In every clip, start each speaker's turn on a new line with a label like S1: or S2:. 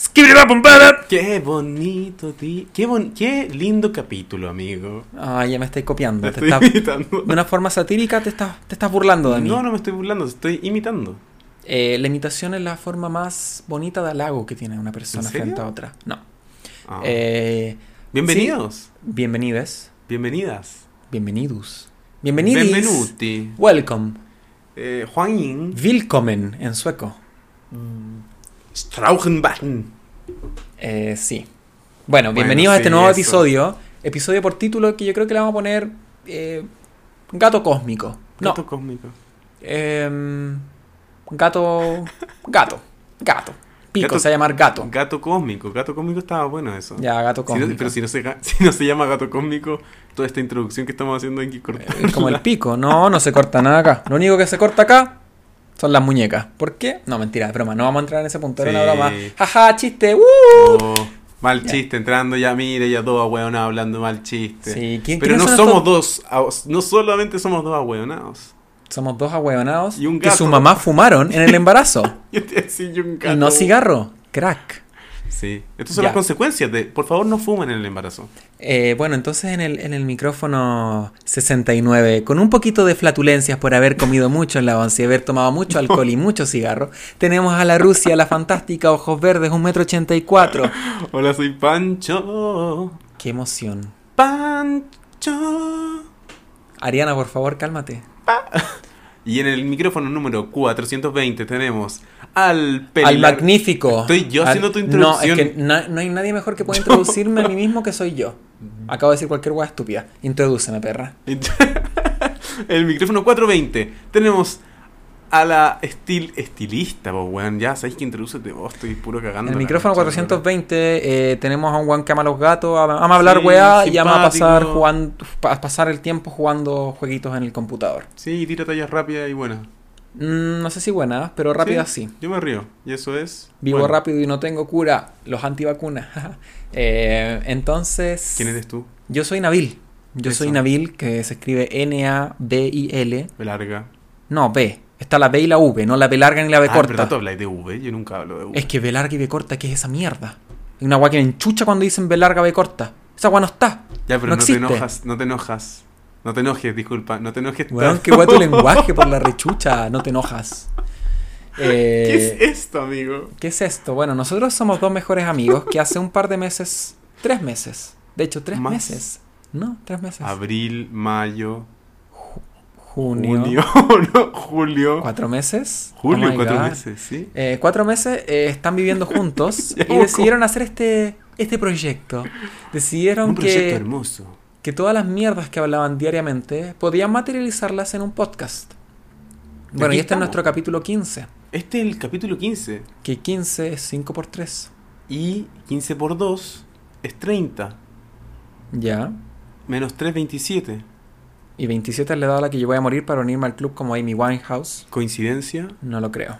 S1: Skibidi-bap-bum-bada.
S2: Qué bonito, tío. Qué, bon- qué lindo capítulo, amigo.
S1: Ay, Ah, ya me estáis copiando.
S2: Te
S1: Te
S2: estoy
S1: estás-
S2: imitando.
S1: de una forma satírica te estás, te estás burlando de mí.
S2: No, no me estoy burlando, te estoy imitando.
S1: Eh, la imitación es la forma más bonita de halago que tiene una persona
S2: ¿En serio?
S1: frente a otra. No.
S2: Ah.
S1: Eh,
S2: Bienvenidos,
S1: bienvenides.
S2: bienvenidas.
S1: Bienvenidos. Bienvenidos.
S2: Benvenuti.
S1: Welcome.
S2: Eh, Juan Yin.
S1: Willkommen en sueco.
S2: Strauchenbachen.
S1: Eh, sí. Bueno,
S2: Bueno,
S1: bienvenidos a este
S2: sí,
S1: nuevo
S2: eso.
S1: episodio. Episodio por título que yo creo que le vamos a poner eh, Gato Cósmico. No.
S2: Gato cósmico.
S1: em, gato. Gato. Gato. Pico,
S2: Gato-
S1: se va a llamar gato.
S2: Gato cósmico. Gato cósmico estaba bueno eso.
S1: Ya, gato
S2: Si no-
S1: cósmico.
S2: pero si no, se, ga- si no se llama gato cósmico, toda esta introducción que estamos haciendo hay que cortarla.
S1: Es Eh, como el pico. No, no se corta nada acá. Lo único que se corta acá son las muñecas. ¿Por qué? No, mentira, es broma. No vamos a entrar en ese punto. Era una
S2: Sí.
S1: broma. Jaja, chiste. ¡uh!
S2: Oh, mal chiste, entrando ya, mire, ya dos ahueonados hablando mal chiste.
S1: Sí, ¿quién-
S2: Pero
S1: quiénes
S2: no
S1: son
S2: somos dos, ahu- no solamente somos dos ahueonados.
S1: Somos dos ahueonados
S2: Y un
S1: que su
S2: gato.
S1: mamá fumaron en el embarazo.
S2: Yo te decía yo un gato.
S1: y no cigarro. Crack.
S2: Sí. Estas son
S1: Ya.
S2: las consecuencias de, por favor, no fumen en el embarazo.
S1: Eh, bueno, entonces en el, en el micrófono 69, con un poquito de flatulencias por haber comido mucho en la once y haber tomado mucho alcohol y mucho cigarro, tenemos a la Rusia, la fantástica, ojos verdes, 1,84m.
S2: Hola, soy Pancho.
S1: ¡Qué emoción!
S2: Pancho.
S1: Ariana, por favor, cálmate.
S2: Y en el micrófono número 420 tenemos al Pelar-
S1: Al magnífico.
S2: Estoy yo
S1: Al-
S2: haciendo tu
S1: No, es
S2: introducción.
S1: que na- no hay nadie mejor que pueda introducirme a mí mismo que soy yo. Acabo de decir cualquier hueá estúpida. Introdúceme, perra.
S2: el micrófono 420 tenemos a la estil, estilista, pues weón. Ya sabéis que introducete vos, oh, estoy puro
S1: En
S2: cagando.
S1: el
S2: la
S1: micrófono
S2: cancha, weón.
S1: 420 eh, tenemos a un guan que ama a los gatos, ama, ama hablar
S2: Sí,
S1: weá y ama
S2: simpático.
S1: pasar, jugando, pa- pasar el tiempo jugando jueguitos en el computador.
S2: Sí, tira tallas rápidas y buenas.
S1: Mm, no sé si buenas, pero rápidas sí.
S2: Yo me río. Y eso es.
S1: Vivo
S2: bueno,
S1: rápido y no tengo cura. Los antivacunas. eh, entonces...
S2: ¿Quién eres tú?
S1: Yo soy Nabil. Yo soy
S2: Eso.
S1: Nabil, que se escribe N-A-B-I-L.
S2: Me larga.
S1: No, B. Está la B y la V, no la B larga ni la B
S2: Ah,
S1: corta.
S2: ¿verdad? tú habláis de V. Yo nunca hablo de V.
S1: Es que B larga y B corta, ¿qué es esa mierda? Es una guay que me enchucha cuando dicen B larga, B corta. Esa guay no está.
S2: ya, pero
S1: no
S2: no, te
S1: existe.
S2: enojas. No te enojas. No te enojes, disculpa. No te enojes.
S1: Weón,
S2: tanto.
S1: qué guay tu lenguaje por la rechucha, no te enojas. Eh,
S2: ¿Qué es esto, amigo?
S1: ¿Qué es esto? Bueno, nosotros somos dos mejores amigos que hace un par de meses, tres meses, de hecho tres
S2: Más.
S1: meses, no, tres meses,
S2: Abril, mayo,
S1: junio,
S2: junio, no, julio.
S1: cuatro meses, Oh
S2: Julio,
S1: my
S2: cuatro
S1: God.
S2: meses, sí.
S1: Eh, cuatro meses eh, están viviendo juntos
S2: Ya,
S1: y
S2: vos,
S1: decidieron hacer este, este proyecto. Decidieron
S2: Un proyecto
S1: que,
S2: hermoso.
S1: que todas las mierdas que hablaban diariamente podían materializarlas en un podcast. Bueno, y este
S2: aquí
S1: es
S2: estamos.
S1: nuestro capítulo 15,
S2: Este es el capítulo 15.
S1: que 15 es 5 por 3.
S2: Y 15 por 2 es 30.
S1: Ya.
S2: Menos 3, 27.
S1: Y 27 es la edad a la que yo voy a morir para unirme al club como Amy Winehouse.
S2: ¿Coincidencia?
S1: No lo creo.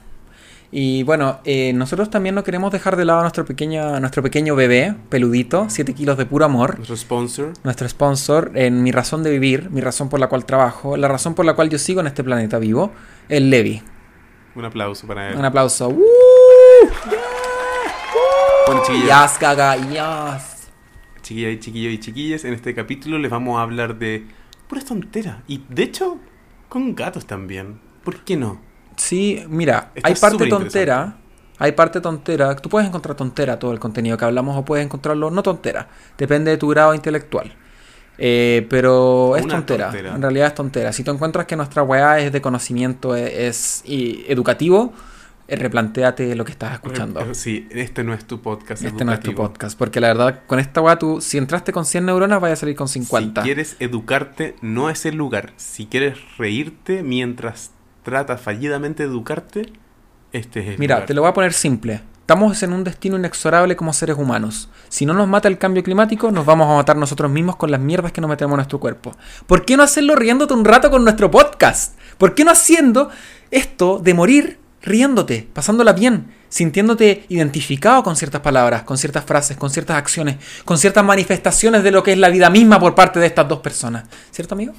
S1: Y bueno, eh, nosotros también no queremos dejar de lado a nuestro, pequeña, a nuestro pequeño bebé, peludito, 7 kilos de puro amor.
S2: Nuestro sponsor.
S1: nuestro sponsor en mi razón de vivir, mi razón por la cual trabajo, la razón por la cual yo sigo en este planeta vivo, el Levi.
S2: Un aplauso para él.
S1: Un aplauso. ¡Woo!
S2: Bueno, chiquillos.
S1: Yas, gaga, yas.
S2: Chiquillas y chiquillos y chiquillas, en este capítulo les vamos a hablar de puras tonteras. Y de hecho, con gatos también. ¿Por qué no?
S1: Sí, mira,
S2: Está
S1: hay parte
S2: superinteresante.
S1: tontera. Hay parte tontera. Tú puedes encontrar tontera todo el contenido que hablamos o puedes encontrarlo no tontera. Depende de tu grado intelectual. Eh, pero es
S2: Una
S1: tontera.
S2: tontera.
S1: En realidad es tontera. Si tú encuentras que nuestra weá es de conocimiento, es, es- y educativo, eh, replantéate lo que estás escuchando.
S2: Eh, Sí, este no es tu podcast.
S1: Este no es tu
S2: educativo.
S1: podcast, porque la verdad, con esta weá tú, si entraste con 100 neuronas, vaya a salir con 50.
S2: Si quieres educarte, no es el lugar. Si quieres reírte mientras tratas fallidamente de educarte, este es el
S1: Mira,
S2: lugar.
S1: te lo voy a poner simple. Estamos en un destino inexorable como seres humanos. Si no nos mata el cambio climático, nos vamos a matar nosotros mismos con las mierdas que nos metemos en nuestro cuerpo. ¿Por qué no hacerlo riéndote un rato con nuestro podcast? ¿Por qué no haciendo esto de morir riéndote, pasándola bien, sintiéndote identificado con ciertas palabras, con ciertas frases, con ciertas acciones, con ciertas manifestaciones de lo que es la vida misma por parte de estas dos personas? ¿Cierto, amigo?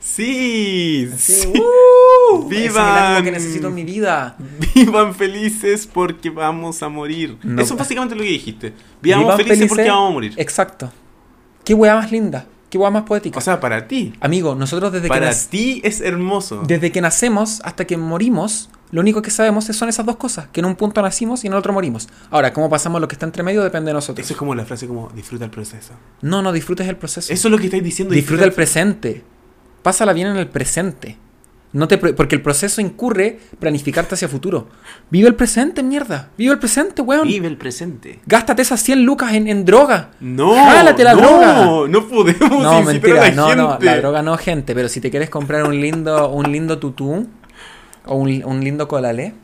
S2: Sí,
S1: Así, ¡uh!
S2: sí.
S1: Es el algo
S2: ¡Vivan!
S1: que necesito en mi vida.
S2: Vivan felices porque vamos a morir.
S1: No.
S2: Eso es básicamente lo que dijiste. Vivamos
S1: Vivan
S2: felices, porque vamos a morir.
S1: Exacto. Qué weá más linda. Qué weá más poética.
S2: O sea, para ti.
S1: Amigo, nosotros desde que,
S2: Para
S1: nac-
S2: ti es hermoso.
S1: desde que nacemos hasta que morimos, lo único que sabemos es- son esas dos cosas. Que en un punto nacimos y en el otro morimos. Ahora, cómo pasamos lo que está entre medio depende de nosotros.
S2: Eso es como la frase como disfruta el proceso.
S1: No, no disfrutes el proceso.
S2: Eso es lo que estáis diciendo.
S1: Disfruta el presente. Pásala bien en el presente. No te pre- porque el proceso incurre planificarte hacia futuro. Vive el presente, mierda. Vive el presente, weón.
S2: Vive el presente.
S1: Gástate esas 100 lucas en, en droga.
S2: No,
S1: Jálate la
S2: no,
S1: droga.
S2: no podemos
S1: No,
S2: incitar a
S1: mentira,
S2: la
S1: no,
S2: gente.
S1: no, la droga no, gente, pero si te quieres comprar un lindo, un lindo tutú o un, un lindo colalé,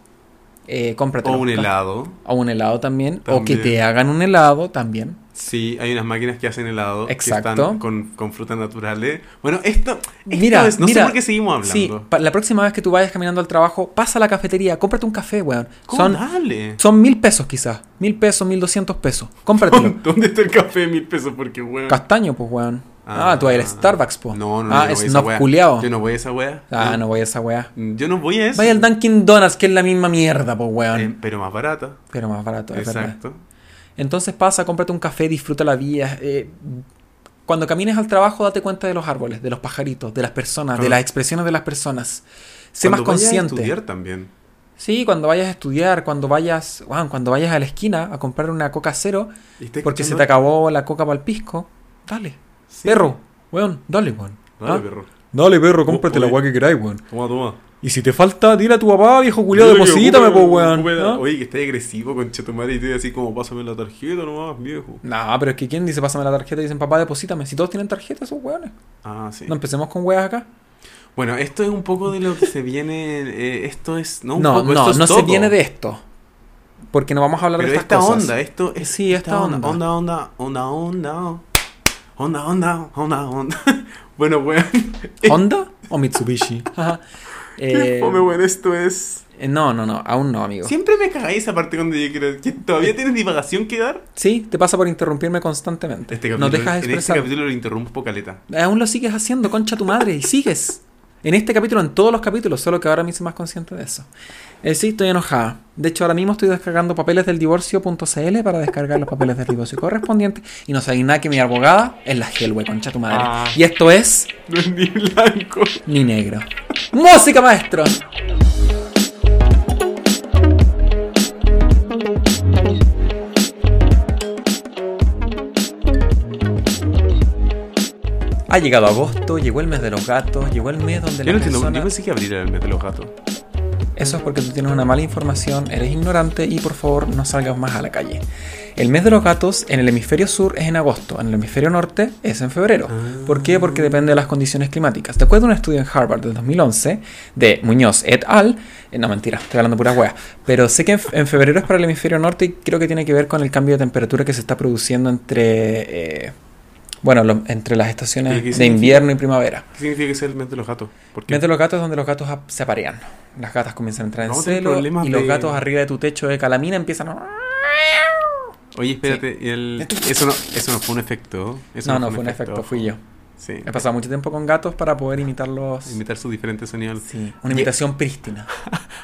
S1: eh, cómpratelo.
S2: O un helado.
S1: O un helado también, o que
S2: También.
S1: te hagan un helado también.
S2: Sí, hay unas máquinas que hacen helado.
S1: Exacto.
S2: Que están con, con frutas naturales. Bueno, esto, esto
S1: Mira,
S2: es- no
S1: mira,
S2: sé por qué seguimos
S1: Sí,
S2: hablando.
S1: pa- la próxima vez que tú vayas caminando al trabajo, pasa a la cafetería, cómprate un café, weón.
S2: ¿Cómo?
S1: Son,
S2: Dale.
S1: son mil pesos quizás, mil pesos, mil doscientos pesos. Cómpratelo.
S2: ¿Dónde está el café de mil pesos? Porque, weón.
S1: Castaño, pues, weón. Ah, tú vas a ir a Starbucks, po.
S2: No, no,
S1: Ah,
S2: yo no voy a
S1: es
S2: esa
S1: no
S2: wea.
S1: culiao.
S2: Yo no voy a esa wea.
S1: Ah, no voy a esa weá.
S2: Yo no voy a eso.
S1: Vaya al Dunkin' Donuts, que es la misma mierda, pues, weón.
S2: Eh, pero más barata.
S1: Pero más barato, es verdad.
S2: Exacto.
S1: Entonces pasa, cómprate un café, disfruta la vida. eh, cuando camines al trabajo, date cuenta de los árboles, de los pajaritos, de las personas, de
S2: Ah.
S1: las expresiones de las personas. Sé más
S2: Cuando vayas a
S1: consciente.
S2: estudiar también.
S1: Sí, cuando vayas a estudiar, cuando vayas, weón, cuando vayas a la esquina a comprar una coca cero,
S2: Y estás
S1: porque se te
S2: escuchando-
S1: acabó la coca para el pisco, dale.
S2: Sí.
S1: Perro, weón, dale, weón.
S2: Dale,
S1: ¿Ah?
S2: perro.
S1: Dale, perro,
S2: cómprate la weá
S1: que queráis, weón.
S2: Toma, toma.
S1: Y si te falta, dile a tu papá, viejo
S2: Yo creo que
S1: deposítame,
S2: ocupa-
S1: po, weón.
S2: ocupa-
S1: ¿Ah?
S2: Oye, que estás agresivo con Chetumare y te así como pásame la tarjeta nomás, viejo.
S1: No, pero es que ¿quién dice pásame la tarjeta? Dicen, papá, deposítame. Si todos tienen tarjeta, esos hueones.
S2: Ah, sí.
S1: No empecemos con hueas acá.
S2: Bueno, esto es un poco de lo que se viene. eh, esto es.
S1: No,
S2: No, un
S1: no,
S2: poco, esto es
S1: no se
S2: todo.
S1: viene de esto. Porque no vamos a hablar
S2: Pero
S1: de
S2: esta
S1: estas cosas.
S2: onda, esto es.
S1: Sí, esta onda.
S2: Onda, onda, onda, onda. Onda, onda, onda, onda. bueno, weón.
S1: ¿Honda o Mitsubishi? Ajá.
S2: ¿eh? Qué
S1: Eh,
S2: fome, weón. Esto es.
S1: eh, no, no, no, aún no, amigo. ¿Sí?
S2: Siempre me cagáis esa parte cuando yo quiero. que ¿Todavía tienes divagación que dar?
S1: te pasa por interrumpirme constantemente.
S2: Este
S1: no
S2: capítulo,
S1: dejas
S2: en este
S1: expresar.
S2: capítulo lo interrumpo caleta.
S1: Aún lo sigues haciendo, concha tu madre, y sigues. En este capítulo, en todos los capítulos, solo que ahora me hice más consciente de eso. Eh, sí, estoy enojada. De hecho, ahora mismo estoy descargando papeles del divorcio.cl para descargar los papeles del divorcio correspondientes. Y no sabéis nada que mi abogada es la Hellway, concha tu madre.
S2: Ah.
S1: Y esto es
S2: No es ni blanco.
S1: Ni Negro. ¡Música, maestro! Ha llegado agosto, llegó el mes de los gatos, llegó el mes donde
S2: Yo no
S1: la
S2: entiendo.
S1: persona...
S2: Yo pensé que abrir el mes de los gatos.
S1: Eso es porque tú tienes una mala información, eres ignorante y por favor no salgas más a la calle. El mes de los gatos en el hemisferio sur es en agosto, en el hemisferio norte es en febrero. ¿Por qué? Porque depende de las condiciones climáticas. De acuerdo a un estudio en Harvard del 2011 de Muñoz et al, eh, no mentira, estoy hablando pura hueá, pero sé que en, en febrero es para el hemisferio norte y creo que tiene que ver con el cambio de temperatura que se está produciendo entre, eh, bueno, lo- entre las
S2: ¿Pero qué
S1: estaciones de
S2: significa?
S1: invierno y primavera.
S2: ¿Qué significa que sea el mes de los gatos? Porque
S1: Mes de los gatos es donde los gatos ap- se aparean. Las gatas comienzan a entrar en
S2: Vamos a tener
S1: celo
S2: problemas
S1: y los
S2: de-
S1: gatos arriba de tu techo de calamina empiezan a...
S2: Oye, espérate, y el... eso, no, eso no fue un efecto. Eso
S1: No, no, fue un efecto, fui yo.
S2: Sí.
S1: He pasado mucho tiempo con gatos para poder imitarlos.
S2: Imitar sus diferentes sonidos.
S1: Sí, una imitación prístina.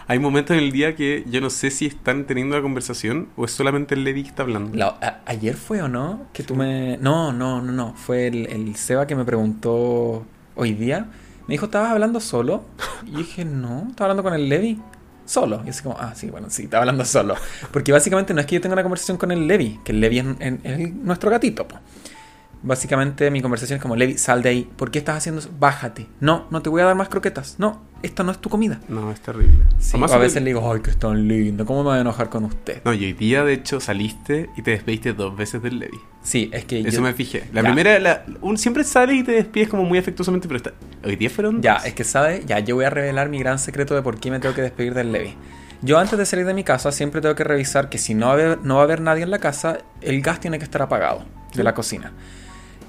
S2: Hay momentos en el día que yo no sé si están teniendo la conversación o es solamente el Levi que está hablando.
S1: La- a- ¿Ayer fue o no? Que tú me... No, no, no, no. Fue el, el Seba que me preguntó hoy día. Me dijo, ¿estabas hablando solo? Y dije, no, estaba hablando con el Levi. Solo. Y así como, ah, sí, bueno, sí, estaba hablando solo. Porque básicamente no es que yo tenga una conversación con el Levi, que el Levi es, en- es el- nuestro gatito. po. Básicamente mi conversación es como, Levi, sal de ahí. ¿Por qué estás haciendo eso? Bájate. No, no te voy a dar más croquetas. No, esta no es tu comida.
S2: No, es terrible.
S1: Sí,
S2: Además,
S1: o a
S2: el-
S1: veces le digo, ay, que es tan lindo, ¿cómo me voy a enojar con usted?
S2: No, y hoy día, de hecho, saliste y te despediste dos veces del Levi.
S1: Sí, es que
S2: Eso
S1: yo-
S2: me fijé. La
S1: Ya.
S2: primera, la- un, siempre sales y te despides como muy afectuosamente, pero esta- hoy día fueron
S1: Ya,
S2: dos.
S1: es que sabes, ya yo voy a revelar mi gran secreto de por qué me tengo que despedir del Levi. Yo antes de salir de mi casa siempre tengo que revisar que si no va a haber, no va a haber nadie en la casa, el gas tiene que estar apagado de la cocina.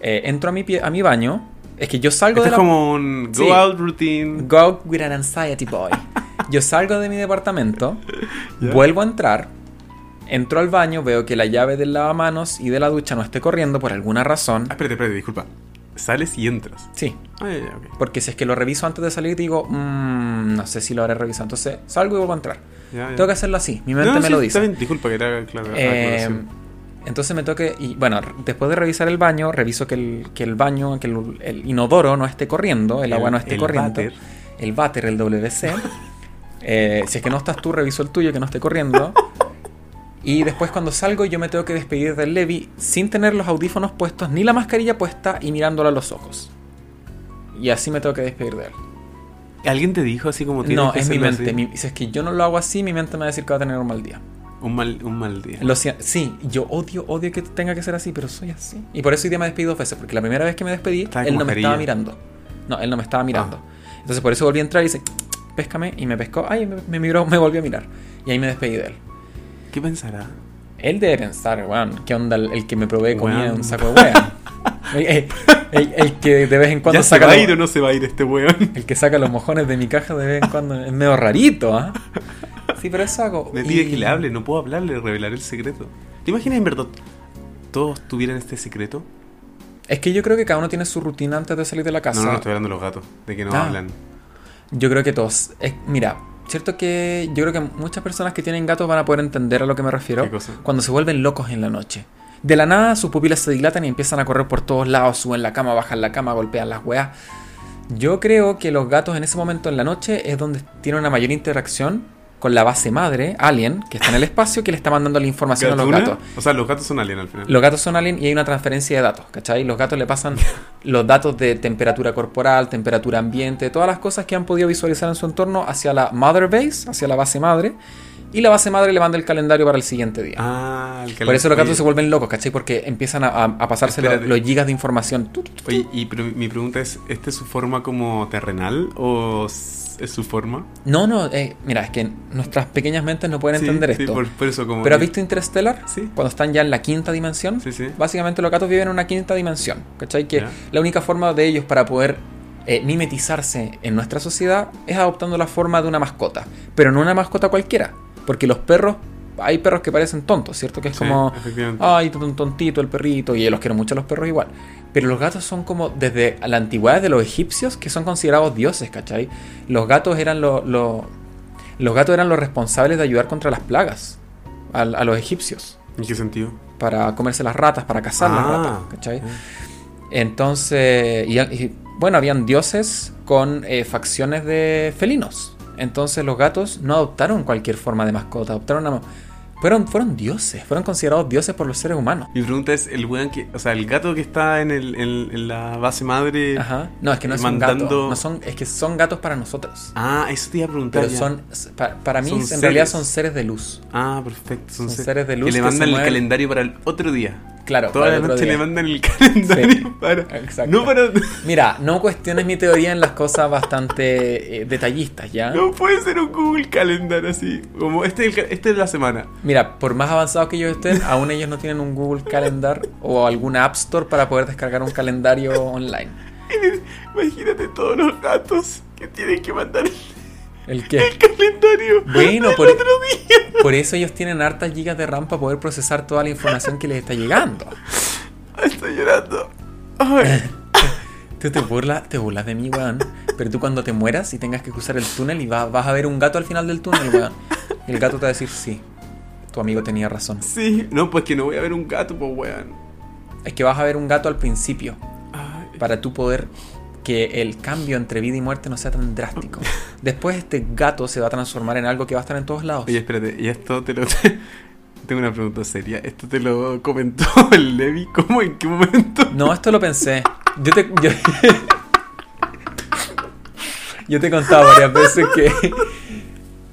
S1: Eh, entro a mi, pie- a mi baño, es que yo salgo
S2: Esto
S1: de
S2: Este es
S1: la...
S2: como un go
S1: Sí.
S2: out routine.
S1: Go with an anxiety boy. Yo salgo de mi departamento,
S2: Ya.
S1: vuelvo a entrar, entro al baño, veo que la llave del lavamanos y de la ducha no esté corriendo por alguna razón.
S2: Ah, espérate, espérate, disculpa. sales y entras.
S1: Sí.
S2: Ah, ya, ya, ok.
S1: Porque si es que lo reviso antes de salir, digo, "Mm, no sé si lo habré revisado. Entonces salgo y vuelvo a entrar.
S2: Ya, ya.
S1: Tengo que hacerlo así. Mi
S2: No,
S1: mente
S2: no,
S1: me
S2: sí,
S1: lo dice.
S2: está bien. Ah, Disculpa que era clara.
S1: Eh, entonces me toque. Y bueno, r- después de revisar el baño, reviso que el, que el baño, que el, el inodoro no esté corriendo, el, agua no esté corriendo. El váter, el WC. Eh, si es que no estás tú, reviso el tuyo que no esté corriendo. Y después cuando salgo yo me tengo que despedir del Levi sin tener los audífonos puestos ni la mascarilla puesta y mirándola a los ojos. Y así me tengo que despedir de él.
S2: ¿Alguien te dijo así como tienes
S1: No,
S2: que
S1: es mi
S2: hacerlo
S1: mente.
S2: así?
S1: mi- si es que yo no lo hago así, mi mente me va a decir que va a tener un mal día.
S2: Un, mal, un mal día.
S1: Lo si- sí, yo odio, odio que tenga que ser así, pero soy así. Y por eso hoy día me despedí dos veces, porque la primera vez que me despedí,
S2: Estaba Ah.
S1: él
S2: con
S1: no me estaba
S2: mascarilla.
S1: mirando. No, él no me estaba mirando. Entonces por eso volví a entrar y dice, péscame, y me pescó, ay, me, me miró, me volvió a mirar. Y ahí me despedí de él.
S2: ¿Qué pensará?
S1: Él debe pensar, weón, ¿qué onda el, el que me provee comida
S2: Weón.
S1: en un saco de weón? el, el- el que de vez en cuando
S2: ¿Ya se
S1: saca
S2: va a
S1: los-
S2: ir o no se va a ir este weón?
S1: el que saca los mojones de mi caja de vez en cuando es medio rarito, ¿ah? Sí, pero eso hago.
S2: Me
S1: Y-
S2: pide que le hable, no puedo hablarle, revelaré el secreto. ¿Te imaginas en verdad todos tuvieran este secreto?
S1: Es que yo creo que cada uno tiene su rutina antes de salir de la casa.
S2: No, no, no, estoy hablando de los gatos, de que no
S1: Ah.
S2: hablan.
S1: Yo creo que todos. Es- mira, cierto que yo creo que muchas personas que tienen gatos van a poder entender a lo que me refiero
S2: ¿Qué cosa?
S1: cuando se vuelven locos en la noche. De la nada sus pupilas se dilatan y empiezan a correr por todos lados, suben la cama, bajan la cama, golpean las weas. Yo creo que los gatos en ese momento en la noche es donde tienen una mayor interacción con la base madre, Alien, que está en el espacio, que le está mandando la información a
S2: ¿Gatuna?
S1: los gatos.
S2: O sea, los gatos son alien al final.
S1: Los gatos son alien y hay una transferencia de datos, ¿cachai? Los gatos le pasan los datos de temperatura corporal, temperatura ambiente, todas las cosas que han podido visualizar en su entorno hacia la mother base, hacia la base madre, y la base madre le manda el calendario para el siguiente día.
S2: Ah, el
S1: Por eso los gatos se
S2: oye,
S1: vuelven locos, ¿cachai? Porque empiezan a, a- a pasarse los,
S2: Espérate.
S1: los gigas de información. Tu, tu, tu.
S2: Oye, y pero mi pregunta es, ¿esta es su forma como terrenal o s- es su forma?
S1: No, no, eh, mira, es que nuestras pequeñas mentes no pueden
S2: Sí,
S1: entender
S2: sí,
S1: esto.
S2: por, por eso como...
S1: ¿Pero has visto Interstellar?
S2: Sí.
S1: Cuando están ya en la quinta dimensión.
S2: Sí, sí.
S1: Básicamente los gatos viven en una quinta dimensión. ¿Cachai? Que
S2: Ya.
S1: la única forma de ellos para poder eh, mimetizarse en nuestra sociedad es adoptando la forma de una mascota. Pero no una mascota cualquiera. Porque los perros, hay perros que parecen tontos, ¿cierto? Que es
S2: Sí,
S1: como,
S2: efectivamente.
S1: ay, ton- tontito el perrito. Y yo los quiero mucho a los perros igual. Pero los gatos son como desde la antigüedad de los egipcios que son considerados dioses, ¿cachai? Los gatos eran los... Los gatos eran los responsables de ayudar contra las plagas al- a, los egipcios
S2: ¿En qué sentido?
S1: para comerse las ratas, para cazar las
S2: Ah.
S1: ratas, ¿cachai? Entonces, y, y, bueno, habían dioses con eh, facciones de felinos. Entonces los gatos no adoptaron cualquier forma de mascota, adoptaron a... Fueron, fueron dioses, fueron considerados dioses por los seres humanos.
S2: Mi pregunta es, el weón que... O sea, el gato que está en, el, en, en la base madre...
S1: Ajá. No, es que no es un gato.
S2: eh, mandando-
S1: No son, es que son gatos para nosotros.
S2: Ah, eso te iba a preguntar
S1: Pero
S2: ya.
S1: son, para, para mí,
S2: Son
S1: en realidad
S2: seres.
S1: son seres de luz.
S2: Ah, perfecto. Son,
S1: son
S2: se-
S1: seres de luz
S2: Que
S1: que
S2: le mandan
S1: se
S2: el
S1: mueven.
S2: calendario para el otro día.
S1: Claro,
S2: Toda
S1: para
S2: la
S1: el otro
S2: noche le
S1: día.
S2: mandan el calendario
S1: Sí,
S2: para...
S1: exacto.
S2: No para...
S1: Mira, no cuestiones mi teoría en las cosas bastante eh, detallistas, ¿ya?
S2: No puede ser un Google Calendar así. Como este, es el ca- este es la semana.
S1: Mira, por más avanzados que ellos estén, aún ellos no tienen un Google Calendar o alguna App Store para poder descargar un calendario online.
S2: Imagínate todos los gatos que tienen que mandar el
S1: ¿El qué?
S2: calendario.
S1: Bueno,
S2: del
S1: por- e-
S2: otro día.
S1: Por eso ellos tienen hartas gigas de RAM para poder procesar toda la información que les está llegando.
S2: Estoy llorando. Ay,
S1: Eh. Tú te burlas, te burlas de mí, weón. Pero tú cuando te mueras y tengas que cruzar el túnel y va- vas a ver un gato al final del túnel, weón. Y el gato te va a decir, sí, tu amigo tenía razón.
S2: sí. No, pues que no voy a ver un gato, pues weón.
S1: Es que vas a ver un gato al principio,
S2: Ay,
S1: para tú poder que el cambio entre vida y muerte no sea tan drástico. Después este gato se va a transformar en algo que va a estar en todos lados.
S2: Oye, espérate. Y esto te lo... Tengo una pregunta seria. ¿Esto te lo comentó el Levi? ¿Cómo? ¿En qué momento?
S1: No, esto lo pensé. Yo te yo, yo te he contado varias veces que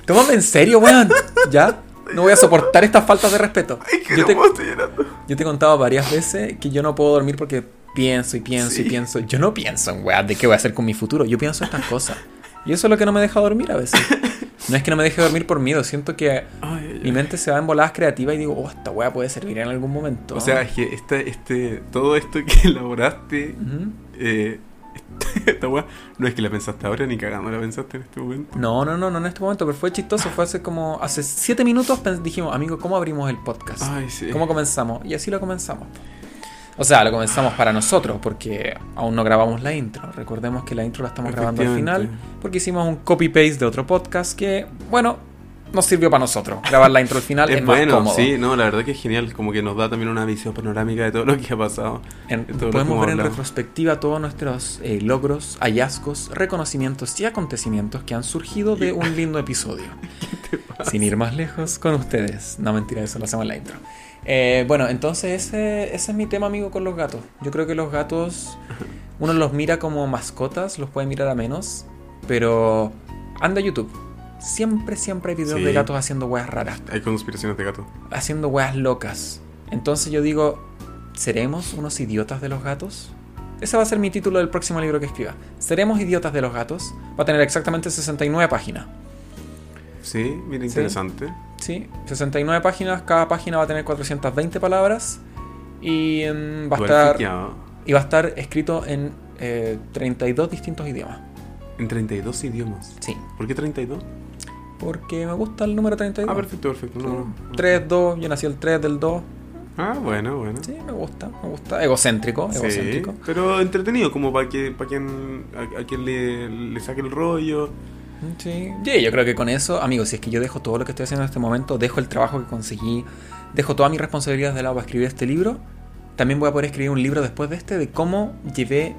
S1: Tómame en serio, weón. Ya no voy a soportar estas faltas de respeto.
S2: Ay, que
S1: Yo
S2: no
S1: te,
S2: puedo, estoy llorando.
S1: yo te he contado varias veces que yo no puedo dormir porque pienso y pienso y
S2: Sí.
S1: pienso. Yo no pienso en weas de qué voy a hacer con mi futuro. Yo pienso estas cosas. Y eso es lo que no me deja dormir a veces. No es que no me deje dormir por miedo. Siento que
S2: Ay, ay,
S1: Mi
S2: ay.
S1: mente se va en voladas creativas y digo, oh, esta weá puede servir en algún momento.
S2: O sea, es que este, este, todo esto que elaboraste,
S1: Ujú.
S2: eh, esta weá, no es que la pensaste ahora ni cagando la pensaste en este momento.
S1: No, no, no, no en este momento, pero fue chistoso. Fue hace como, hace siete
S2: Ah, eh.
S1: minutos pens- dijimos, amigo, ¿cómo abrimos el podcast?
S2: Ay, sí.
S1: ¿Cómo comenzamos? Y así lo comenzamos. O sea, lo comenzamos para nosotros porque aún no grabamos la intro. Recordemos que la intro la estamos grabando al final
S2: Efectivamente.
S1: porque hicimos un copy-paste de otro podcast que, bueno, nos sirvió para nosotros. Grabar la intro al final es,
S2: Es bueno,
S1: más cómodo.
S2: sí, no, la verdad que es genial, como que nos da también una visión panorámica de todo lo que ha pasado.
S1: En-
S2: Esto lo
S1: podemos
S2: hemos
S1: ver en
S2: hablado.
S1: retrospectiva todos nuestros eh, logros, hallazgos, reconocimientos y acontecimientos que han surgido de un lindo episodio. Sin ir más lejos con ustedes. No mentira, eso lo hacemos en la intro. Eh, bueno, entonces ese, ese es mi tema, amigo, con los gatos. Yo creo que los gatos, uno los mira como mascotas, los puede mirar a menos, pero anda a YouTube. Siempre, siempre hay videos
S2: Sí.
S1: de gatos haciendo weas raras
S2: Hay conspiraciones de gato.
S1: haciendo weas locas. Entonces yo digo, ¿seremos unos idiotas de los gatos? Ese va a ser mi título del próximo libro que escriba. ¿Seremos idiotas de los gatos? Va a tener exactamente 69 páginas.
S2: Sí, mira,
S1: Sí.
S2: interesante.
S1: ¿Sí? 69 páginas, cada página va a tener 420 palabras y mm, va, a
S2: Igual
S1: estar,
S2: fiqueado.
S1: y va a estar escrito en eh, 32 distintos idiomas.
S2: En 32 idiomas.
S1: Sí.
S2: ¿Por qué 32?
S1: Porque me gusta el número 32.
S2: Ah, perfecto, perfecto. no, no.
S1: 3, 2, yo nací el 3 del 2.
S2: Ah, bueno, bueno.
S1: Sí, me gusta, me gusta. Egocéntrico,
S2: Sí,
S1: egocéntrico.
S2: pero entretenido, como para que para quien, a, a quien le, le saque el rollo.
S1: Sí. Yeah, yo creo que con eso, amigos, si es que yo dejo todo lo que estoy haciendo en este momento, dejo el trabajo que conseguí, dejo todas mis responsabilidades de lado para escribir este libro, también voy a poder escribir un libro después de este de cómo llevé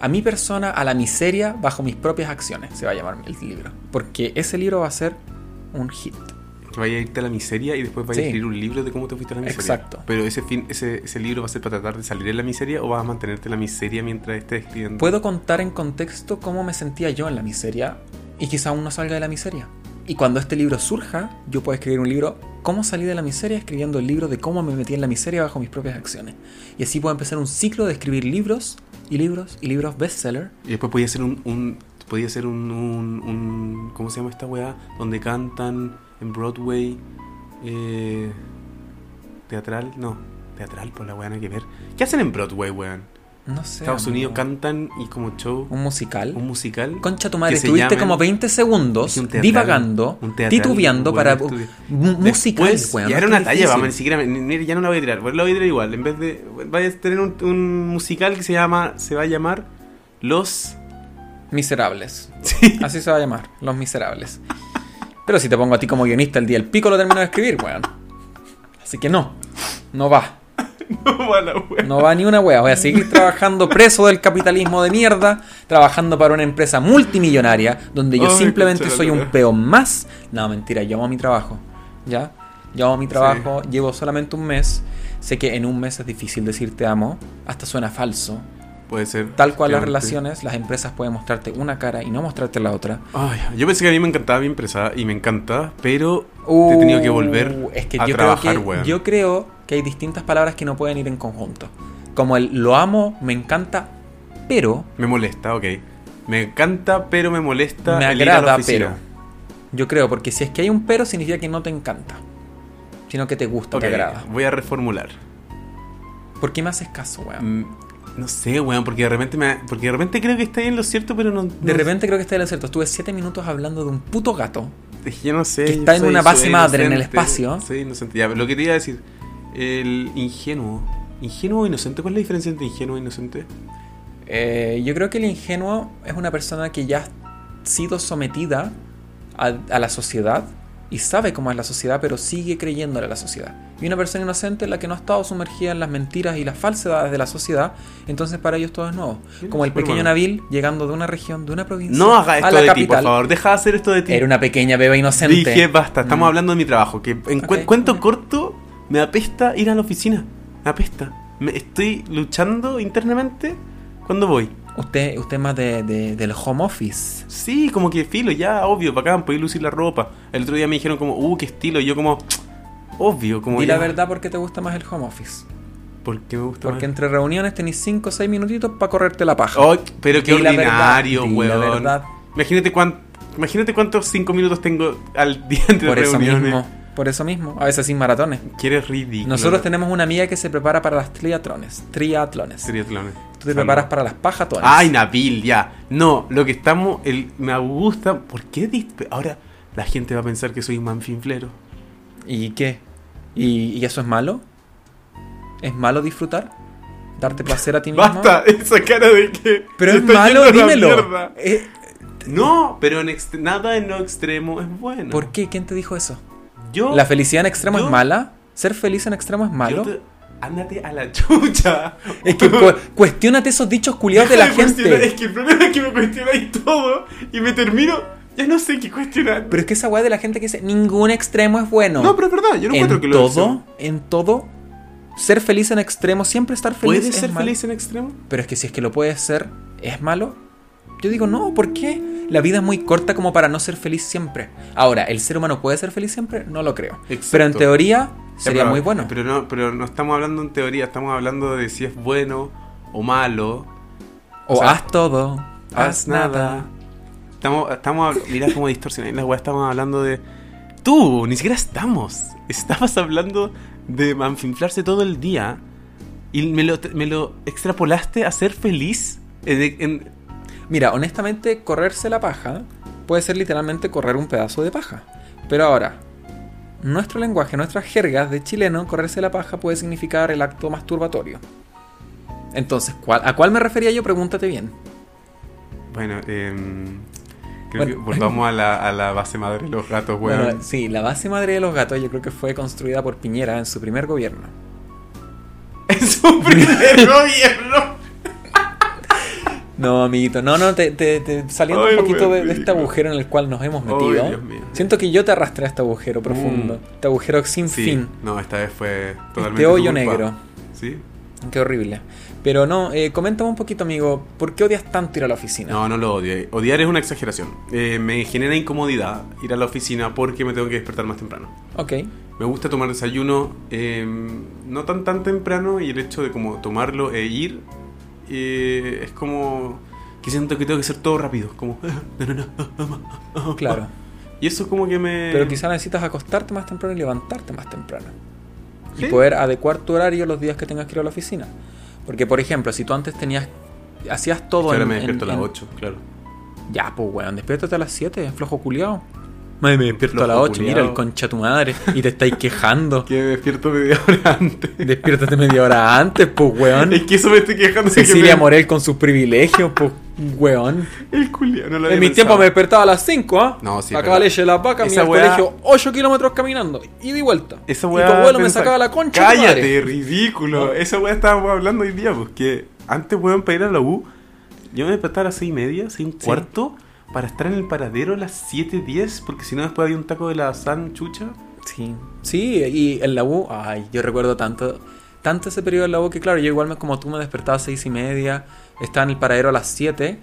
S1: a mi persona a la miseria bajo mis propias acciones, se va a llamar el libro. Porque ese libro va a ser un hit.
S2: Que vaya a irte a la miseria y después vaya
S1: Sí.
S2: a escribir un libro de cómo te fuiste a la miseria.
S1: Exacto.
S2: Pero ese, fin, ese, ese libro va a ser para tratar de salir de la miseria o vas a mantenerte en la miseria mientras estés escribiendo.
S1: Puedo contar en contexto cómo me sentía yo en la miseria y quizá aún no salga de la miseria. Y cuando este libro surja, yo puedo escribir un libro cómo salí de la miseria escribiendo el libro de cómo me metí en la miseria bajo mis propias acciones. Y así puedo empezar un ciclo de escribir libros y libros y libros bestseller.
S2: Y después podía ser un, un podía ser un, un, un- ¿cómo se llama esta weá? Donde cantan en Broadway eh, teatral, no, teatral por la weá nada que ver. ¿Qué hacen en Broadway, weón?
S1: No sé.
S2: Estados
S1: amigo.
S2: Unidos cantan y como show
S1: Un musical.
S2: un musical.
S1: Concha tu madre,
S2: que se
S1: estuviste
S2: llamen-
S1: como 20 segundos
S2: Es un teatral,
S1: divagando,
S2: un teatral,
S1: titubeando
S2: un
S1: para
S2: buen estudio.
S1: un musical,
S2: Después,
S1: weón,
S2: ya
S1: no
S2: era
S1: es
S2: una
S1: tan
S2: talla,
S1: difícil.
S2: vamos, ni siquiera, ni- ni- ya no la voy a tirar, bueno, la voy a tirar igual, en vez de, vaya a tener un, un musical que se llama, se va a llamar Los,
S1: Miserables. Así se va a llamar, Los Miserables. Pero si te pongo a ti como guionista el día del pico lo termino de escribir, weón. Así que no, no va.
S2: no va la weá.
S1: No va ni una wea. Voy a seguir trabajando preso del capitalismo de mierda, trabajando para una empresa multimillonaria, donde yo
S2: Ay,
S1: simplemente
S2: concha la
S1: soy un
S2: lora.
S1: peón más. No, mentira, yo amo mi trabajo. ¿Ya? Yo amo mi trabajo, llevo solamente un mes. Sé que en un mes es difícil decir te amo, hasta suena falso.
S2: Puede ser.
S1: Tal cual las
S2: efectivamente.
S1: relaciones, las empresas pueden mostrarte una cara y no mostrarte la otra.
S2: Ay, yo pensé que a mí me encantaba mi empresa y me encanta, pero
S1: Uh,
S2: te he tenido que volver
S1: es que
S2: a
S1: yo
S2: trabajar,
S1: creo que,
S2: weón.
S1: Yo creo que hay distintas palabras que no pueden ir en conjunto. Como el lo amo, me encanta, pero
S2: Me molesta, ok. Me encanta, pero me molesta.
S1: me
S2: el ir a la
S1: agrada, pero.
S2: oficina.
S1: Yo creo, porque si es que hay un pero, significa que no te encanta, sino que te gusta,
S2: Ok,
S1: te agrada.
S2: voy a reformular.
S1: ¿Por qué me haces caso, weón?
S2: Mm, No sé, weón, porque de repente me, porque de repente creo que está ahí en lo cierto, pero no.
S1: De
S2: no-
S1: repente creo que está en el cierto. Estuve siete minutos hablando de un puto gato.
S2: Es que Yo no sé.
S1: Que
S2: yo
S1: está en
S2: soy-
S1: una
S2: soy
S1: base madre en el
S2: inocente,
S1: espacio.
S2: Soy inocente. Ya, lo que te iba a decir. El ingenuo. ¿Ingenuo o inocente? ¿Cuál es la diferencia entre ingenuo e inocente?
S1: Eh, yo creo que el ingenuo es una persona que ya ha sido sometida a, a la sociedad y sabe cómo es la sociedad, pero sigue creyéndole a la sociedad. Y una persona inocente es la que no ha estado sumergida en las mentiras y las falsedades de la sociedad, entonces para ellos todo es nuevo.
S2: Mira,
S1: Como el
S2: súper
S1: pequeño
S2: bueno.
S1: Nabil llegando de una región, de una provincia,
S2: No haga
S1: a
S2: esto
S1: la
S2: de ti, por
S1: capital.
S2: favor. Deja de hacer esto de ti.
S1: Era una pequeña beba inocente.
S2: Dije, basta, estamos
S1: Mm.
S2: hablando de mi trabajo. Que en cu-
S1: Ok,
S2: cuento
S1: ok.
S2: corto, me apesta ir a la oficina. Me apesta. Me estoy luchando internamente cuando voy.
S1: Usted, usted es más de, de- del home office.
S2: Sí, como que filo, ya, obvio, para acá, podéis lucir la ropa. El otro día me dijeron como, uh, qué estilo. Y yo como, obvio, como...
S1: Di
S2: ya,
S1: la verdad porque te gusta más el home office.
S2: ¿Por qué me gusta
S1: Porque
S2: más?
S1: entre reuniones tenés 5 o 6 minutitos para correrte la paja.
S2: Ay, pero qué
S1: Di la verdad,
S2: ordinario,
S1: di la
S2: weón.
S1: verdad.
S2: Imagínate, cuán- imagínate cuántos cinco minutos tengo al día entre
S1: Por eso
S2: reuniones.
S1: mismo. Por eso mismo. A veces sin maratones.
S2: Que eres ridículo.
S1: Nosotros tenemos una amiga que se prepara para las triatrones. Triatlones.
S2: Triatlones.
S1: Tú te
S2: Salud.
S1: preparas para las pajatones.
S2: Ay, Nabil, ya. No, lo que estamos. El, me gusta. ¿Por qué dispe- Ahora la gente va a pensar que soy un manfinflero.
S1: ¿Y qué? ¿Y, y eso es malo? ¿Es malo disfrutar? darte placer a ti mismo.
S2: Basta, esa cara de que.
S1: Pero
S2: se
S1: es
S2: está
S1: malo,
S2: yendo a la
S1: dímelo.
S2: mierda.
S1: Eh,
S2: No, pero en ext- nada en lo extremo es bueno.
S1: ¿Por qué? ¿Quién te dijo eso?
S2: Yo.
S1: ¿La felicidad en extremo
S2: yo-
S1: es mala? ¿Ser feliz en extremo es malo?
S2: yo te- ándate a la chucha.
S1: Es que cu- cuestionate esos dichos culiados de la
S2: Deja cuestionar, Es
S1: gente.
S2: que el problema es que me cuestionáis todo y me termino. Ya no sé qué cuestionar.
S1: Pero es que esa weá de la gente que dice ningún extremo es bueno.
S2: no. pero es verdad, yo no encuentro
S1: en
S2: que lo
S1: todo, en todo, ser feliz en extremo, siempre estar feliz.
S2: ¿Puedes
S1: es
S2: ser
S1: malo.
S2: feliz en extremo?
S1: Pero es que si es que lo puedes ser, ¿es malo? Yo digo, no, ¿por qué? La vida es muy corta como para no ser feliz siempre. Ahora, ¿el ser humano puede ser feliz siempre? No lo creo.
S2: Exacto.
S1: Pero en teoría
S2: Ya,
S1: sería
S2: pero-
S1: muy bueno.
S2: Pero no, pero no estamos hablando en teoría, estamos hablando de si es bueno o malo.
S1: o
S2: o sea,
S1: haz todo, haz nada.
S2: Estamos, estamos hab- mira cómo distorsionáis la weá, estamos hablando de. Tú, ni siquiera estamos. Estabas hablando de manfinflarse todo el día y me lo, me lo extrapolaste a ser feliz. En, en-
S1: Mira, honestamente, correrse la paja puede ser literalmente correr un pedazo de paja. Pero ahora, nuestro lenguaje, nuestras jergas de chileno, correrse la paja puede significar el acto masturbatorio. Entonces, ¿cuál- ¿a cuál me refería yo? Pregúntate bien.
S2: bueno, em, creo
S1: Bueno.
S2: que volvamos a la, a la base madre de los gatos, weón.
S1: Bueno, sí, la base madre de los gatos yo creo que fue construida por Piñera en su primer gobierno.
S2: Es un primer gobierno.
S1: No, amiguito, no, no, te, te- te- saliendo
S2: Ay,
S1: un poquito
S2: weón,
S1: de, de este
S2: ridículo.
S1: agujero en el cual nos hemos
S2: Ay,
S1: metido.
S2: Dios mío.
S1: Siento que yo te arrastré a este agujero profundo,
S2: Mm.
S1: este agujero sin
S2: Sí,
S1: fin,
S2: No, esta vez fue totalmente.
S1: este hoyo
S2: tu culpa.
S1: negro.
S2: ¿Sí?
S1: Qué horrible. Pero no, eh, coméntame un poquito, amigo, ¿por qué odias tanto ir a la oficina?
S2: No, no lo odié. Odiar es una exageración. Eh, me genera incomodidad ir a la oficina porque me tengo que despertar más temprano.
S1: Ok,
S2: Me gusta tomar desayuno eh, no tan tan temprano y el hecho de como tomarlo e ir eh, es como que siento que tengo que hacer todo rápido. Como, no, no, no, vamos, vamos.
S1: claro.
S2: Y eso como que me...
S1: Pero quizá necesitas acostarte más temprano y levantarte más temprano.
S2: Sí.
S1: Y poder adecuar tu horario los días que tengas que ir a la oficina. Porque, por ejemplo, si tú antes tenías. Hacías todo
S2: Ahora
S1: en-
S2: me
S1: en-
S2: despierto a las
S1: en-
S2: 8, claro.
S1: Ya, pues, weón, despiértate a las 7, flojo culiao. Madre, me despierto a
S2: Flojo
S1: las 8,
S2: culiao.
S1: mira el concha tu madre. Y te estáis quejando.
S2: Que me despierto media hora antes.
S1: Despiértate media hora antes, pues, weón.
S2: Es que eso me estoy quejando. de que
S1: Cecilia
S2: me-
S1: Morel con sus privilegios, pues, weón.
S2: El culiao, no lo
S1: En
S2: había
S1: mi tiempo
S2: pensado.
S1: me despertaba a las 5, ¿ah?
S2: No, sí,
S1: Acá
S2: verdad.
S1: la leche de la vaca, me
S2: Esa
S1: iba al
S2: weá-
S1: colegio 8 kilómetros caminando, ida y vuelta.
S2: Esa
S1: y tu
S2: weá.
S1: abuelo me
S2: pensaba-
S1: sacaba la concha. de tu
S2: Cállate,
S1: madre.
S2: ridículo.
S1: No.
S2: Esa weá estábamos hablando hoy día, porque antes, weón, para ir a la U, yo me despertaba a las seis y media, seis y un
S1: Sí.
S2: cuarto, para estar en el paradero a las 7.10, porque si no después había un taco de la San Chucha.
S1: Sí, sí, y en la U, ay, yo recuerdo tanto, tanto ese periodo en la U que, claro, yo igual me, como tú me despertaba a seis y media, estaba en el paradero a las 7,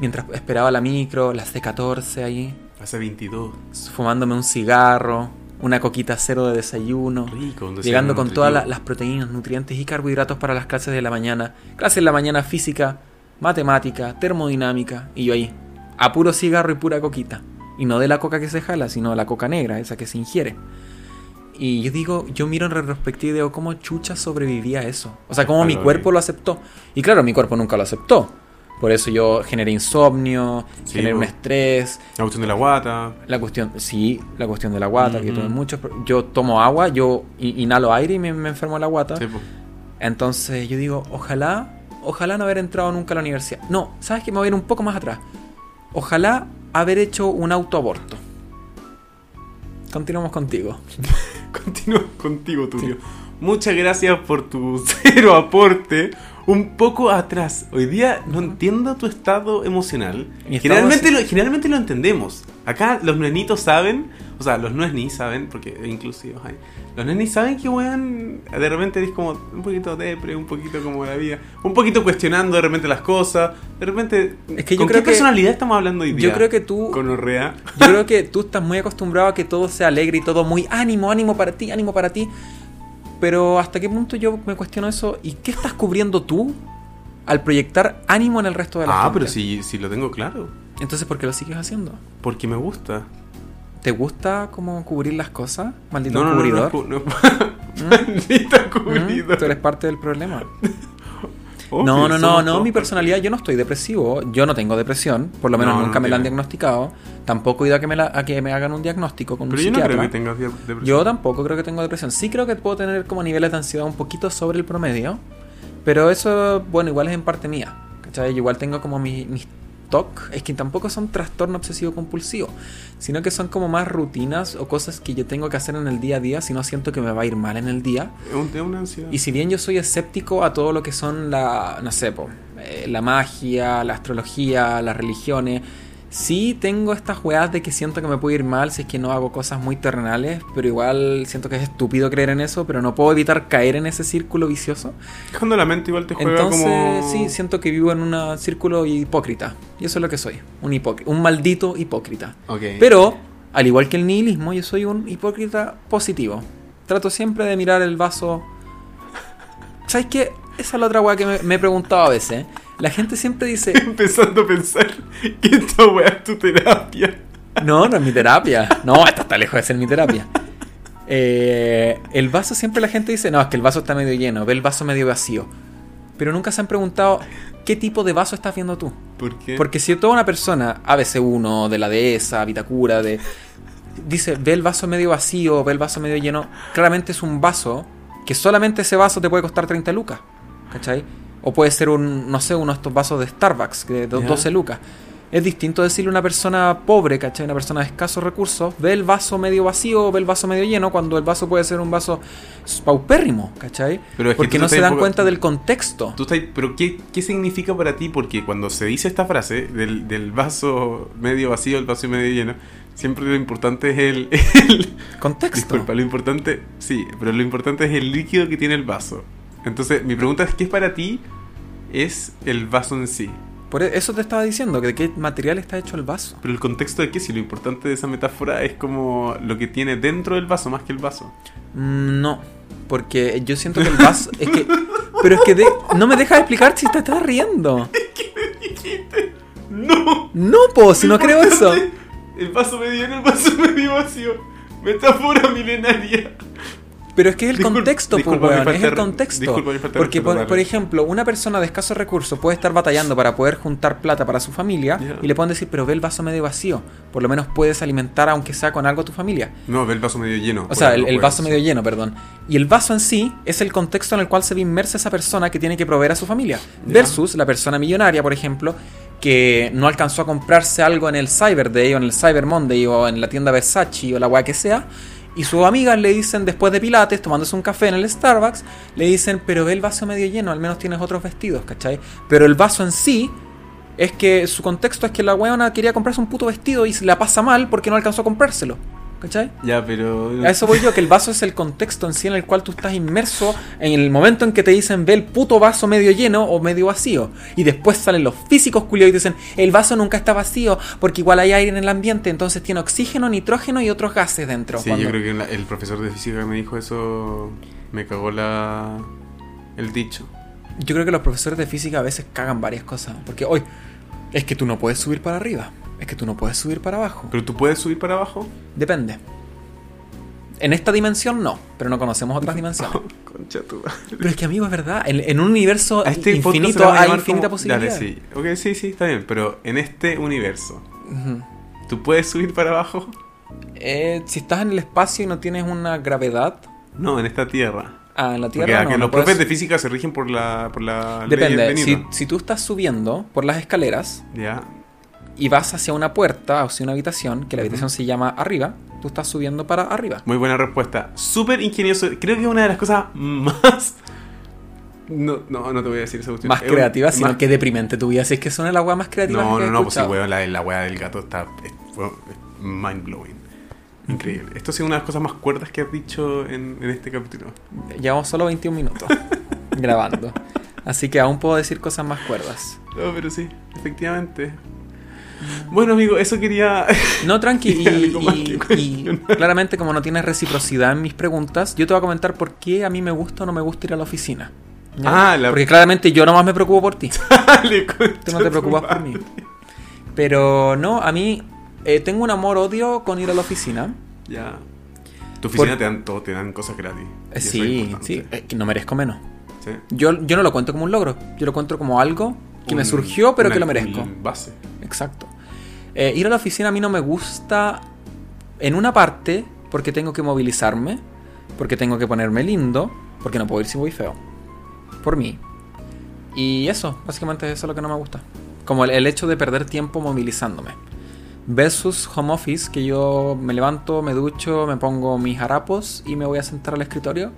S1: mientras esperaba la micro, las C14 ahí,
S2: Hace 22.
S1: fumándome un cigarro, una coquita cero de desayuno.
S2: Rico, un desayuno
S1: Ah. Llegando con
S2: nutritivo.
S1: todas la- las proteínas, nutrientes y carbohidratos para las clases de la mañana. Clases de la mañana física, matemática, termodinámica. Y yo ahí, a puro cigarro y pura coquita. Y no de la coca que se jala, sino de la coca negra, esa que se ingiere. Y yo digo, yo miro en retrospectiva y digo, ¿cómo chucha sobrevivía a eso? O sea, cómo mi
S2: Valor.
S1: cuerpo lo aceptó. Y claro, mi cuerpo nunca lo aceptó. Por eso yo generé insomnio,
S2: Sí,
S1: generé un
S2: bo.
S1: estrés,
S2: La cuestión de la guata.
S1: la cuestión, sí, la cuestión de la guata, que
S2: Ujú.
S1: tuve muchos. pro- Yo tomo agua, yo hi- inhalo aire y me, me enfermo de la guata.
S2: Sí, po.
S1: Entonces yo digo, ojalá, ojalá no haber entrado nunca a la universidad. No, ¿sabes que Me voy a ir un poco más atrás. Ojalá haber hecho un autoaborto. Continuamos contigo.
S2: Continúo contigo, Tulio. Muchas gracias por tu cero aporte. Un poco atrás. Hoy día no entiendo tu estado emocional.
S1: Mi estado
S2: Generalmente lo, generalmente lo entendemos. Acá los nenitos saben, o sea, los nuesnis saben, porque inclusive hay. Los nenis saben que weón, de repente es como un poquito depre, un poquito como la vida, un poquito cuestionando de repente las cosas. De repente,
S1: Es que yo
S2: ¿con
S1: creo
S2: qué
S1: que-
S2: personalidad estamos hablando hoy día?
S1: Yo creo que tú.
S2: Con Orrea.
S1: Yo creo que tú estás muy acostumbrado a que todo sea alegre y todo muy ánimo, ánimo para ti, ánimo para ti. Pero hasta qué punto yo me cuestiono eso y qué estás cubriendo tú al proyectar ánimo en el resto de la
S2: Ah,
S1: gente?
S2: pero si, si lo tengo claro.
S1: Entonces, ¿por qué lo sigues haciendo?
S2: Porque me gusta.
S1: ¿Te gusta como cubrir las cosas? Maldito
S2: No, no, no, no,
S1: cubridor.
S2: es cu- no, es- Maldito
S1: Mm, Tú eres
S2: cubridor.
S1: parte del problema.
S2: Obvio,
S1: no, no, no,
S2: Oh, somos
S1: no,
S2: todos
S1: mi personalidad, yo no estoy depresivo, yo no tengo depresión, por lo menos
S2: No, no
S1: nunca me la han
S2: tiene.
S1: diagnosticado, tampoco he ido a que me, la- a que me hagan un diagnóstico con
S2: Pero
S1: un
S2: yo no
S1: psiquiatra. ¿eh?
S2: creo que tengas dia- depresión.
S1: Yo tampoco creo que tengo depresión. Sí creo que puedo tener como niveles de ansiedad un poquito sobre el promedio. Pero eso, bueno, igual es en parte mía. ¿Cachai? Yo igual tengo como mi- mis TOC. Es que tampoco son trastorno obsesivo compulsivo. Sino que son como más rutinas o cosas que yo tengo que hacer en el día a día. Si no siento que me va a ir mal en el día.
S2: Es un es una ansiedad.
S1: Y si bien yo soy escéptico a todo lo que son la, no sé, po, eh, la magia, la astrología, las religiones, sí tengo estas weas de que siento que me puede ir mal si es que no hago cosas muy terrenales, pero igual siento que es estúpido creer en eso, pero no puedo evitar caer en ese círculo vicioso.
S2: Cuando la mente igual te juega
S1: Entonces,
S2: como...
S1: sí, siento que vivo en un círculo hipócrita. Y eso es lo que soy, un, hipócri- un maldito hipócrita.
S2: Ok.
S1: Pero, al igual que el nihilismo, yo soy un hipócrita positivo. Trato siempre de mirar el vaso. ¿Sabes qué? Esa es la otra weá que me, me he preguntado a veces. La gente siempre dice,
S2: Empezando a pensar que esta weá es tu terapia.
S1: no, no es mi terapia. No, esta está lejos de ser mi terapia. Eh, el vaso siempre la gente dice, no, es que el vaso está medio lleno, ve el vaso medio vacío. Pero nunca se han preguntado, ¿qué tipo de vaso estás viendo tú?
S2: ¿Por qué?
S1: Porque si toda una persona, ABC1, de la dehesa, Vitacura, de. Dice, ve el vaso medio vacío, ve el vaso medio lleno. Claramente es un vaso que solamente ese vaso te puede costar 30 lucas. ¿Cachai? O puede ser un, no sé, uno de estos vasos de Starbucks, de do-
S2: Ya.
S1: 12 lucas. Es distinto decirle a una persona pobre, ¿cachai? Una persona de escasos recursos, ve el vaso medio vacío, ve el vaso medio lleno, cuando el vaso puede ser un vaso paupérrimo, ¿cachai?
S2: Pero es que
S1: Porque
S2: tú
S1: no
S2: te
S1: se dan
S2: enfocas-
S1: cuenta del contexto.
S2: Tú estás- pero qué, ¿qué significa para ti? Porque cuando se dice esta frase del, del vaso medio vacío, el vaso medio lleno, siempre lo importante es el, el-
S1: Contexto.
S2: disculpa, lo importante, sí, pero lo importante es el líquido que tiene el vaso. Entonces, mi pregunta es, ¿qué para ti es el vaso en sí?
S1: Por e- eso te estaba diciendo, que de qué material está hecho el vaso.
S2: Pero el contexto de qué, si lo importante de esa metáfora es como lo que tiene dentro del vaso más que el vaso.
S1: Mm, No, porque yo siento que el vaso es que, pero es que de- no me dejas explicar si te estás riendo.
S2: ¡No!
S1: No, po, si no creo eso.
S2: Importante, El vaso medio lleno, el vaso medio vacío. Metáfora milenaria.
S1: Pero es que es el
S2: Disculpa-
S1: contexto, po,
S2: disculpa mi
S1: weón, es
S2: falta de
S1: el
S2: re-
S1: contexto.
S2: disculpa mi falta de
S1: Porque,
S2: respeto,
S1: por,
S2: dale.
S1: por ejemplo, una persona de escasos recursos puede estar batallando para poder juntar plata para su familia
S2: Ya.
S1: y le pueden decir, pero ve el vaso medio vacío. Por lo menos puedes alimentar, aunque sea con algo, a tu familia.
S2: No, ve el vaso medio lleno.
S1: O
S2: pues.
S1: sea, el, el vaso medio lleno, perdón. Y el vaso en sí es el contexto en el cual se ve inmersa esa persona que tiene que proveer a su familia.
S2: Ya.
S1: Versus la persona millonaria, por ejemplo, que no alcanzó a comprarse algo en el Cyber Day o en el Cyber Monday o en la tienda Versace o la guay que sea. Y sus amigas le dicen después de Pilates, tomándose un café en el Starbucks, le dicen, pero ve el vaso medio lleno, al menos tienes otros vestidos, ¿cachai? Pero el vaso en sí es que su contexto es que la weona quería comprarse un puto vestido y se la pasa mal porque no alcanzó a comprárselo, ¿cachai?
S2: Ya, pero.
S1: A eso voy yo, que el vaso es el contexto en sí en el cual tú estás inmerso en el momento en que te dicen ve el puto vaso medio lleno o medio vacío. Y después salen los físicos culiados y dicen el vaso nunca está vacío porque igual hay aire en el ambiente, entonces tiene oxígeno, nitrógeno y otros gases dentro.
S2: Sí, yo creo que la- el profesor de física que me dijo eso me cagó la. el dicho.
S1: Yo creo que los profesores de física a veces cagan varias cosas. Porque hoy es que tú no puedes subir para arriba, es que tú no puedes subir para abajo.
S2: Pero tú puedes subir para abajo.
S1: Depende. En esta dimensión no, pero no conocemos otras dimensiones.
S2: Concha tu
S1: Pero es que amigo, es verdad, en, en un universo
S2: A este podcast se le
S1: infinito
S2: va a
S1: hay
S2: llamar
S1: infinita
S2: como-
S1: posibilidad.
S2: Dale, sí. Ok, sí, sí, está bien. Pero en este universo,
S1: Ujú.
S2: ¿tú puedes subir para abajo?
S1: Eh, si estás en el espacio y no tienes una gravedad
S2: No, en esta tierra.
S1: ah, en la
S2: Porque
S1: Tierra,
S2: a
S1: no,
S2: que
S1: no
S2: los
S1: puedes-
S2: profes de física se rigen por la. por la ley
S1: depende.
S2: de
S1: Si,
S2: Newton.
S1: si tú estás subiendo por las escaleras
S2: Ya.
S1: y vas hacia una puerta o hacia una habitación, que la
S2: Ujú.
S1: habitación se llama arriba, tú estás subiendo para arriba.
S2: Muy buena respuesta. Súper ingenioso. Creo que es una de las cosas más. No, no, no te voy a decir esa cuestión.
S1: Más
S2: Es un-
S1: creativa, sino
S2: más-
S1: que deprimente tu vida. Si es que suena la agua más creativa
S2: No,
S1: que he
S2: no, no, pues sí,
S1: escuchado.
S2: weón, la, la weá del gato está es- weón, es mind blowing. Increíble. Esto ha sido una de las cosas más cuerdas que has dicho en, en este capítulo.
S1: Llevamos solo 21 minutos grabando. Así que aún puedo decir cosas más cuerdas.
S2: No, pero sí, efectivamente. Bueno, amigo, eso quería.
S1: No, tranqui.
S2: Y algo más
S1: Y,
S2: que
S1: y- y
S2: cuestionar.
S1: claramente, como no tienes reciprocidad en mis preguntas, yo te voy a comentar por qué a mí me gusta o no me gusta ir a la oficina. ¿Ya?
S2: Ah, la-
S1: Porque claramente yo nomás me preocupo por ti.
S2: Dale,
S1: Tú no te preocupas por mí. Pero no, a mí eh, tengo un amor-odio con ir a la oficina.
S2: Ya. Tu oficina
S1: Por-
S2: te dan todo, te dan cosas gratis.
S1: Eh,
S2: Y eso es
S1: sí,
S2: importante.
S1: sí, eh, que no merezco menos.
S2: Sí.
S1: Yo, yo no lo cuento como un logro, yo lo cuento como algo que me
S2: Un-
S1: surgió, pero
S2: una-
S1: que lo merezco.
S2: un Base.
S1: Exacto. Eh, ir a la oficina a mí no me gusta en una parte porque tengo que movilizarme, porque tengo que ponerme lindo, porque no puedo ir si voy feo. Por mí. Y eso, básicamente eso es lo que no me gusta. Como el, el hecho de perder tiempo movilizándome. Versus home office, que yo me levanto, me ducho, me pongo mis harapos y me voy a sentar al escritorio.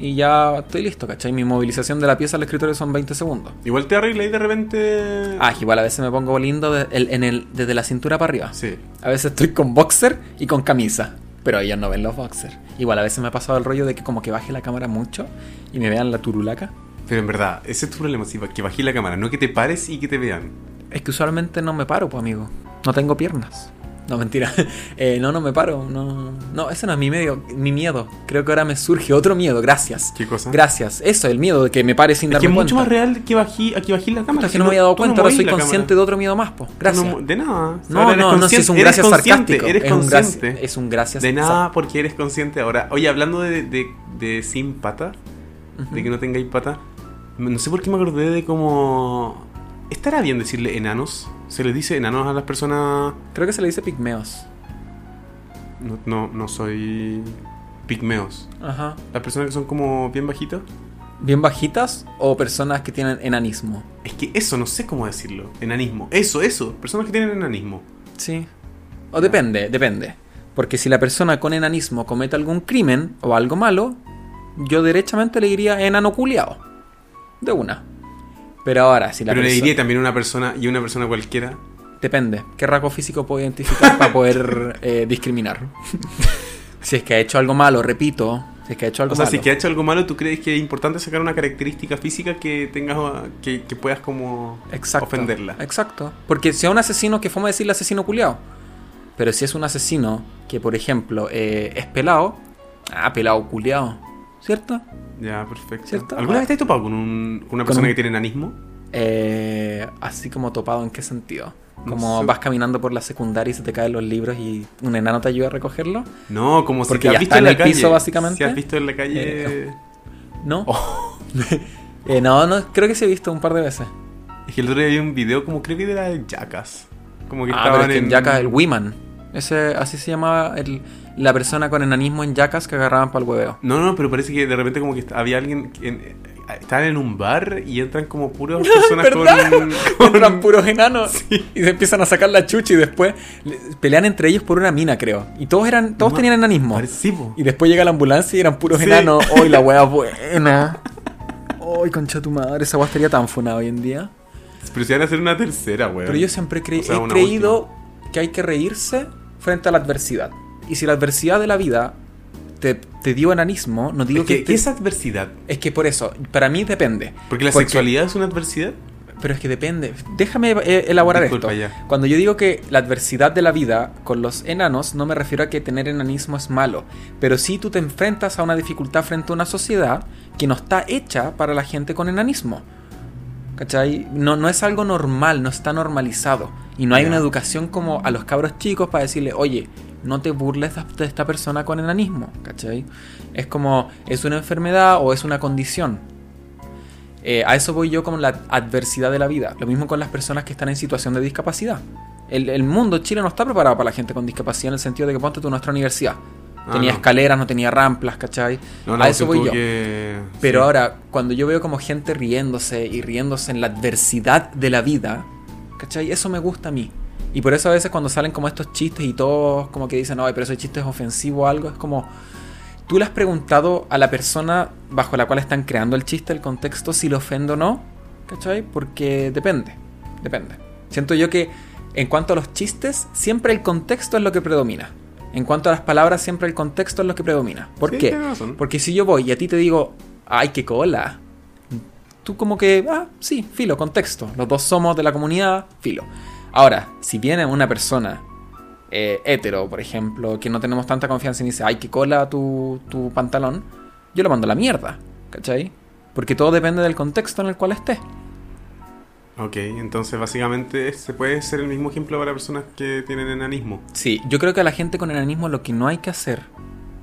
S1: Y ya estoy listo, ¿cachai? Mi movilización de la pieza al escritorio son 20 segundos.
S2: Igual te arregla y de repente.
S1: Ah, igual a veces me pongo lindo de- el- en el- desde la cintura para arriba.
S2: Sí.
S1: A veces estoy con boxer y con camisa, pero ellos no ven los boxers. Igual a veces me ha pasado el rollo de que como que baje la cámara mucho y me vean la turulaca.
S2: Pero en verdad, ese es tu problema, sí, que bajé la cámara, no que te pares y que te vean.
S1: Es que usualmente no me paro, pues amigo. No tengo piernas. No, mentira. Eh, no, no me paro. No, no ese no es mi, medio, mi miedo. Creo que ahora me surge otro miedo. Gracias.
S2: ¿Qué cosa?
S1: Gracias. Eso, el miedo de que me pare sin
S2: Es
S1: darme
S2: que es
S1: cuenta.
S2: mucho más real que bajé, a que bajé la cámara.
S1: Es que no me había dado cuenta, ahora soy consciente de otro miedo más, pues. Gracias.
S2: de nada. Ahora
S1: No,
S2: eres
S1: no, no, si
S2: consciente,
S1: es un
S2: eres
S1: gracias
S2: consciente,
S1: sarcástico.
S2: Eres
S1: es, un
S2: consciente.
S1: gracias, es un gracias.
S2: de nada porque eres consciente ahora. Oye, hablando de, de, de sin pata,
S1: sar-
S2: de
S1: Ujú.
S2: que no tengáis pata, no sé por qué me acordé de cómo... ¿Estará bien decirle enanos? ¿Se les dice enanos a las personas?
S1: Creo que se le dice pigmeos.
S2: No, no, no soy pigmeos.
S1: Ajá.
S2: Las personas que son como bien bajitas.
S1: ¿Bien bajitas o personas que tienen enanismo?
S2: Es que eso, no sé cómo decirlo. Enanismo. Eso, eso. Personas que tienen enanismo.
S1: Sí. O depende, depende. Porque si la persona con enanismo comete algún crimen o algo malo, yo derechamente le diría enano culiao. De una. Pero ahora, si la
S2: Pero le
S1: perso-
S2: diría también a una persona y una persona cualquiera.
S1: Depende. ¿Qué rasgo físico puedo identificar para poder eh, discriminar? si es que ha hecho algo malo, repito. Si es que ha hecho algo
S2: O sea,
S1: malo.
S2: si que ha hecho algo malo, ¿tú crees que es importante sacar una característica física que tengas ah, que, que puedas como
S1: Exacto.
S2: ofenderla?
S1: Exacto. Porque si a un asesino, que fome decirle asesino culiao. Pero si es un asesino que, por ejemplo, eh, es pelado. Ah, pelado culiao. ¿Cierto?
S2: Ya, perfecto.
S1: ¿Cierto?
S2: ¿Alguna
S1: Ah.
S2: vez te has topado con, un- con una
S1: Con
S2: persona
S1: un-
S2: que tiene enanismo?
S1: Eh, así como topado, ¿en qué sentido? Como
S2: No sé.
S1: vas caminando por la secundaria y se te caen los libros y un enano te ayuda a recogerlo.
S2: No, como
S1: Porque ya
S2: si te has visto
S1: está
S2: en
S1: en
S2: la
S1: el
S2: calle.
S1: piso, básicamente. Eh.
S2: Si has visto en la calle.
S1: ¿No?
S2: Oh,
S1: Eh, no, no, creo que sí he visto un par de veces.
S2: es que el otro día vi un video como creo que era de Jackass. Como que
S1: Ah, pero
S2: estaban
S1: es que en
S2: en.
S1: Yacas, el Wiman. Ese, así se llamaba el- la persona con enanismo en Yacas que agarraban para el hueveo.
S2: No, no, pero parece que de repente como que había alguien. que en- estaban en un bar y entran como puras personas
S1: ¿Verdad?
S2: con. con-
S1: Entran puros enanos y se empiezan a sacar la chucha y después le- pelean entre ellos por una mina, creo. Y todos eran, todos
S2: Ma-
S1: tenían enanismo.
S2: Parece- sí, po.
S1: Y después llega la ambulancia y eran puros
S2: Sí.
S1: enanos. ¡Ay, la wea buena! ¡Ay, concha tu madre! Esa wea estaría tan funada hoy en día.
S2: Pero si van a hacer una tercera, weón.
S1: Pero yo siempre cre-
S2: Eh, O sea,
S1: he
S2: una
S1: creído que hay que reírse frente a la adversidad. Y si la adversidad de la vida te, te dio enanismo, no digo
S2: Es que,
S1: que... te-
S2: ¿Qué es adversidad?
S1: es que por eso, para mí depende.
S2: Porque la sexualidad es una adversidad.
S1: Pero es que depende. Déjame eh, elaborar
S2: Disculpa,
S1: esto.
S2: ya.
S1: Cuando yo digo que la adversidad de la vida con los enanos, no me refiero a que tener enanismo es malo, pero sí tú te enfrentas a una dificultad frente a una sociedad que no está hecha para la gente con enanismo. ¿Cachai? No, no es algo normal, no está normalizado. Y no hay
S2: Ya.
S1: una educación como a los cabros chicos para decirle, oye, no te burles de- de esta persona con enanismo. ¿Cachai? Es como, es una enfermedad o es una condición. Eh, a eso voy yo con la adversidad de la vida. Lo mismo con las personas que están en situación de discapacidad. El, el mundo, Chile, no está preparado para la gente con discapacidad en el sentido de que ponte tú nuestra universidad.
S2: Ah,
S1: Tenía
S2: no.
S1: escaleras, no tenía ramplas, ¿cachai?
S2: No, la
S1: a eso
S2: cuestión
S1: voy
S2: tuvo
S1: yo.
S2: que-
S1: Pero
S2: sí.
S1: ahora, cuando yo veo como gente riéndose y riéndose en la adversidad de la vida, ¿cachai? Eso me gusta a mí. Y por eso a veces cuando salen como estos chistes y todos como que dicen, ay, pero ese chiste es ofensivo o algo, es como, ¿tú le has preguntado a la persona bajo la cual están creando el chiste, el contexto, si lo ofende o no? ¿Cachai? Porque depende, depende. Siento yo que en cuanto a los chistes, siempre el contexto es lo que predomina. En cuanto a las palabras, siempre el contexto es lo que predomina. ¿Por
S2: Sí,
S1: qué?
S2: tienes razón.
S1: Porque si yo voy y a ti te digo, ay, qué cola, tú como que, ah, sí, filo, contexto. Los dos somos de la comunidad, filo. Ahora, si viene una persona eh, hetero, por ejemplo, que no tenemos tanta confianza y me dice, ay, qué cola tu, tu pantalón, yo lo mando a la mierda, ¿cachai? Porque todo depende del contexto en el cual esté.
S2: Ok, entonces básicamente se puede ser el mismo ejemplo para personas que tienen enanismo.
S1: Sí, yo creo que a la gente con enanismo lo que no hay que hacer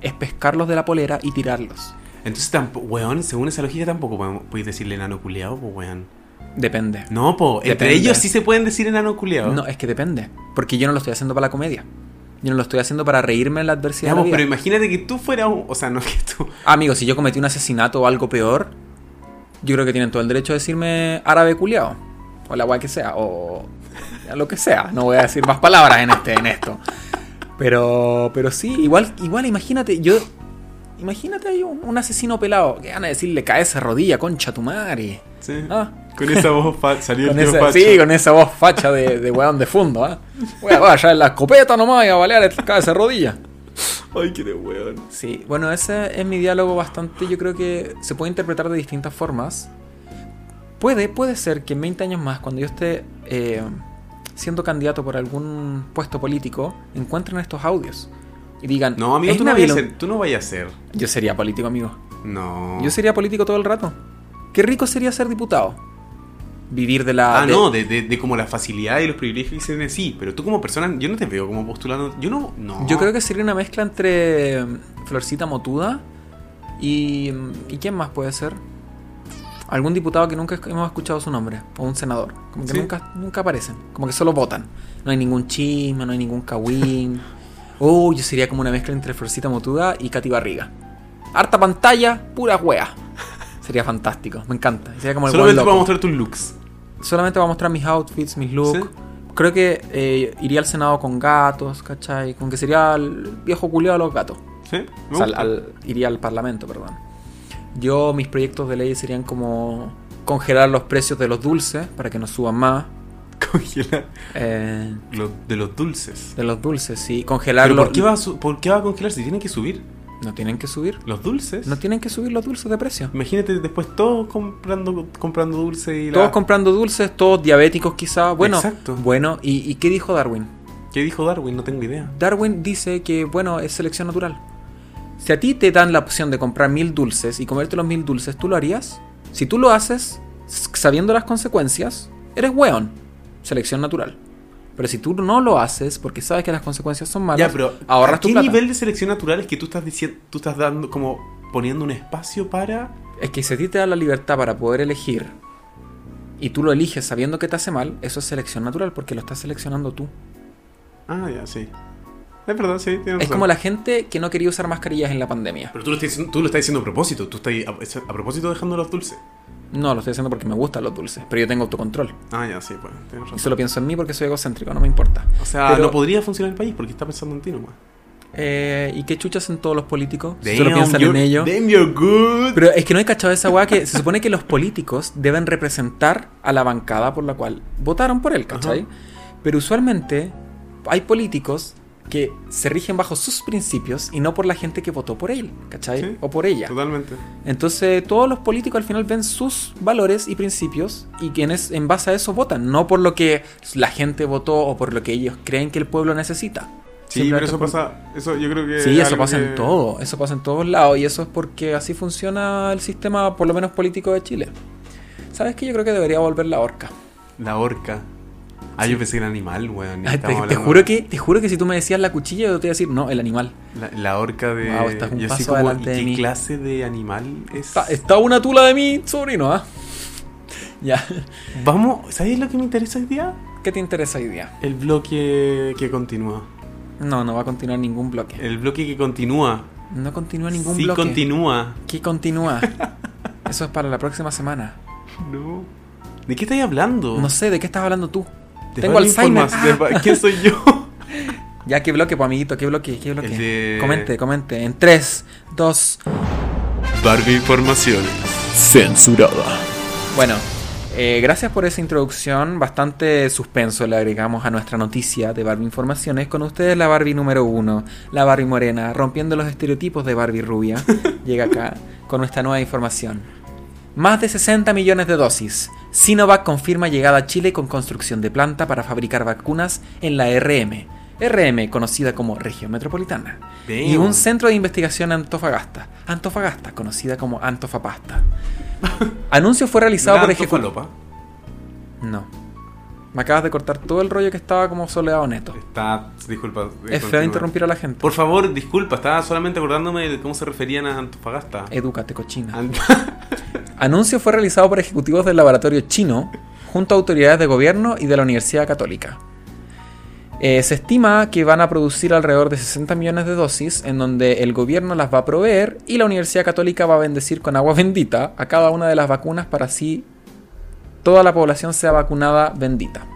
S1: es pescarlos de la polera y tirarlos.
S2: Entonces tampoco, weón, según esa lógica tampoco podemos- podéis decirle enano culeado, po, weón.
S1: Depende.
S2: No, po, entre
S1: Depende.
S2: ellos sí se pueden decir enano culeado.
S1: No, es que depende. Porque yo no lo estoy haciendo para la comedia. Yo no lo estoy haciendo para reírme en la adversidad. de la
S2: Digamos,
S1: vida.
S2: pero imagínate que tú fueras un... O sea, no que tú...
S1: Amigo, si yo cometí un asesinato o algo peor, Yo creo que tienen todo el derecho a decirme árabe culiao. O la weá que sea. O lo que sea. No voy a decir más palabras en este, en esto. Pero. Pero sí, igual, igual imagínate, yo. Imagínate ahí un, un asesino pelado. Que van a decirle cae esa rodilla, concha tu madre.
S2: Sí.
S1: Ah.
S2: Con esa voz fa- salió el
S1: Con
S2: tío
S1: esa,
S2: Facho.
S1: sí, con esa voz facha de, de weón de fondo, ¿ah? Voy a vaya en la escopeta nomás y a balear el- cada esa rodilla.
S2: Ay, qué de weón.
S1: Sí, bueno, ese es mi diálogo bastante. Yo creo que se puede interpretar de distintas formas. Puede, puede ser que en 20 años más, cuando yo esté eh, siendo candidato por algún puesto político, encuentren estos audios y digan:
S2: No, amigo,
S1: "Es
S2: tú
S1: una
S2: no, vayas a
S1: violu-".
S2: ser, tú no vayas a ser.
S1: Yo sería político, amigo.
S2: No.
S1: Yo sería político todo el rato. Qué rico sería ser diputado. Vivir de la.
S2: Ah,
S1: de-
S2: no, de, de, de como la facilidad y los privilegios que se tienen, sí. Pero tú como persona, yo no te veo como postulando. Yo no. no.
S1: Yo creo que sería una mezcla entre mm, Florcita Motuda y. mm, ¿Y quién más puede ser? Algún diputado que nunca esc- hemos escuchado su nombre, o un senador. Como que
S2: Sí.
S1: nunca, nunca aparecen, como que solo votan. No hay ningún chisme, no hay ningún cagüín. Oh, yo sería como una mezcla entre Florcita Motuda y Katy Barriga. Harta pantalla, pura wea. Sería fantástico, me encanta. Sería como el buen
S2: Solamente
S1: loco
S2: para mostrar tus looks.
S1: solamente va a mostrar mis outfits, mis looks.
S2: Sí.
S1: Creo que eh, iría al Senado con gatos, ¿cachai? Con que sería el viejo culiado de los gatos.
S2: ¿Sí?
S1: O
S2: Me
S1: sea, al-
S2: gusta.
S1: al- iría al Parlamento, perdón. Yo, mis proyectos de ley serían como congelar los precios de los dulces para que no suban más.
S2: Congelar
S1: eh,
S2: lo- de los dulces.
S1: de los dulces, sí. Congelar
S2: ¿Pero
S1: los-
S2: por qué, va a su- por qué va a congelar si tienen que subir?
S1: No tienen que subir.
S2: ¿Los dulces?
S1: No tienen que subir los dulces de precio.
S2: Imagínate después todos comprando, comprando dulces y la-
S1: Todos comprando dulces, todos diabéticos quizá. Bueno,
S2: Exacto.
S1: bueno ¿y- ¿y qué dijo Darwin?
S2: ¿Qué dijo Darwin? No tengo idea.
S1: Darwin dice que, bueno, es selección natural. Si a ti te dan la opción de comprar mil dulces y comerte los mil dulces, ¿tú lo harías? Si tú lo haces s- sabiendo las consecuencias, eres weón. Selección natural. Pero si tú no lo haces porque sabes que las consecuencias son malas,
S2: ahorras
S1: ahorras
S2: ¿a
S1: tu
S2: qué
S1: plata.
S2: nivel de selección natural es que tú estás diciendo, tú estás dando como poniendo un espacio para
S1: Es que si a ti te da la libertad para poder elegir y tú lo eliges sabiendo que te hace mal, eso es selección natural porque lo estás seleccionando tú.
S2: Ah, ya, sí. Es verdad, sí, tienes
S1: Es
S2: razón.
S1: como la gente que no quería usar mascarillas en la pandemia.
S2: Pero tú lo, estás, diciendo- tú lo estás diciendo a propósito, tú estás a, a propósito dejando los dulces.
S1: No, lo estoy haciendo porque me gustan los dulces, pero yo tengo autocontrol.
S2: Ah, ya, sí, pues, tienes
S1: Y
S2: razón.
S1: solo pienso en mí porque soy egocéntrico, no me importa.
S2: O sea,
S1: Pero-
S2: no podría funcionar el país porque está pensando en ti nomás.
S1: Eh, ¿Y qué chuchas en todos los políticos? Si solo piensan en
S2: you're-
S1: ello.
S2: Damn, you're good.
S1: Pero es que no he cachado esa weá que se supone que los políticos deben representar a la bancada por la cual votaron por él, ¿cachai?
S2: Ajá.
S1: Pero usualmente hay políticos que se rigen bajo sus principios y no por la gente que votó por él, ¿cachai?
S2: Sí.
S1: O por ella.
S2: Totalmente.
S1: Entonces todos los políticos al final ven sus valores y principios y quienes en base a eso votan, no por lo que la gente votó o por lo que ellos creen que el pueblo necesita.
S2: Sí,
S1: Siempre
S2: pero eso
S1: por-
S2: pasa, eso yo creo que...
S1: Sí,
S2: es
S1: eso
S2: algo
S1: pasa en
S2: que-
S1: todo, eso pasa en todos lados y eso es porque así funciona el sistema, por lo menos político de Chile. ¿Sabes qué? Yo creo que debería volver la horca.
S2: La orca. Ah, yo pensé que era animal, weón.
S1: Ay, Te,
S2: Estamos
S1: te
S2: hablando-
S1: juro que, te juro que si tú me decías la cuchilla, yo te iba a decir, no, el animal.
S2: La, la orca de...
S1: Wow, estás un
S2: y así
S1: paso
S2: como,
S1: adelante
S2: ¿y
S1: de
S2: ¿Qué
S1: mí.
S2: clase de animal es?
S1: Está, está una tula de mi sobrino, ¿ah? Ya.
S2: Vamos, ¿sabes lo que me interesa hoy día?
S1: ¿Qué te interesa hoy día?
S2: El bloque que continúa.
S1: No, no va a continuar ningún bloque.
S2: El bloque que continúa.
S1: No continúa ningún
S2: sí
S1: bloque.
S2: continúa.
S1: ¿Qué continúa? Eso es para la próxima semana.
S2: No. ¿De qué estáis hablando?
S1: No sé, ¿de qué estás hablando tú?
S2: De
S1: Tengo
S2: varias
S1: Alzheimer. Ah.
S2: informas- de va- ¿Quién soy yo?
S1: Ya, qué bloque, pues, amiguito, qué bloque, qué bloque.
S2: El de-
S1: Comente, comente. En 3, 2,
S2: Barbie Información.
S3: Censurada.
S1: Bueno, eh, gracias por esa introducción. Bastante suspenso le agregamos a nuestra noticia de Barbie Informaciones. Con ustedes la Barbie número uno, la Barbie morena, rompiendo los estereotipos de Barbie rubia. Llega acá con nuestra nueva información. Más de 60 millones de dosis. Sinovac confirma llegada a Chile con construcción de planta para fabricar vacunas en la RM. RM, conocida como Región Metropolitana. Y un centro de investigación en Antofagasta. Antofagasta, conocida como Antofapasta. Anuncio fue realizado por ejecutivos.
S2: Falopa.
S1: No. Me acabas de cortar todo el rollo que estaba como soleado honesto.
S2: Está, disculpa. eh,
S1: Es feo
S2: continúa.
S1: interrumpir a la gente.
S2: Por favor, disculpa, estaba solamente acordándome de cómo se referían a Antofagasta.
S1: Edúcate, cochina.
S2: Ant-
S1: Anuncio fue realizado por ejecutivos del laboratorio chino junto a autoridades de gobierno y de la Universidad Católica. Eh, se estima que van a producir alrededor de 60 millones de dosis, en donde el gobierno las va a proveer y la Universidad Católica va a bendecir con agua bendita a cada una de las vacunas para así toda la población sea vacunada bendita.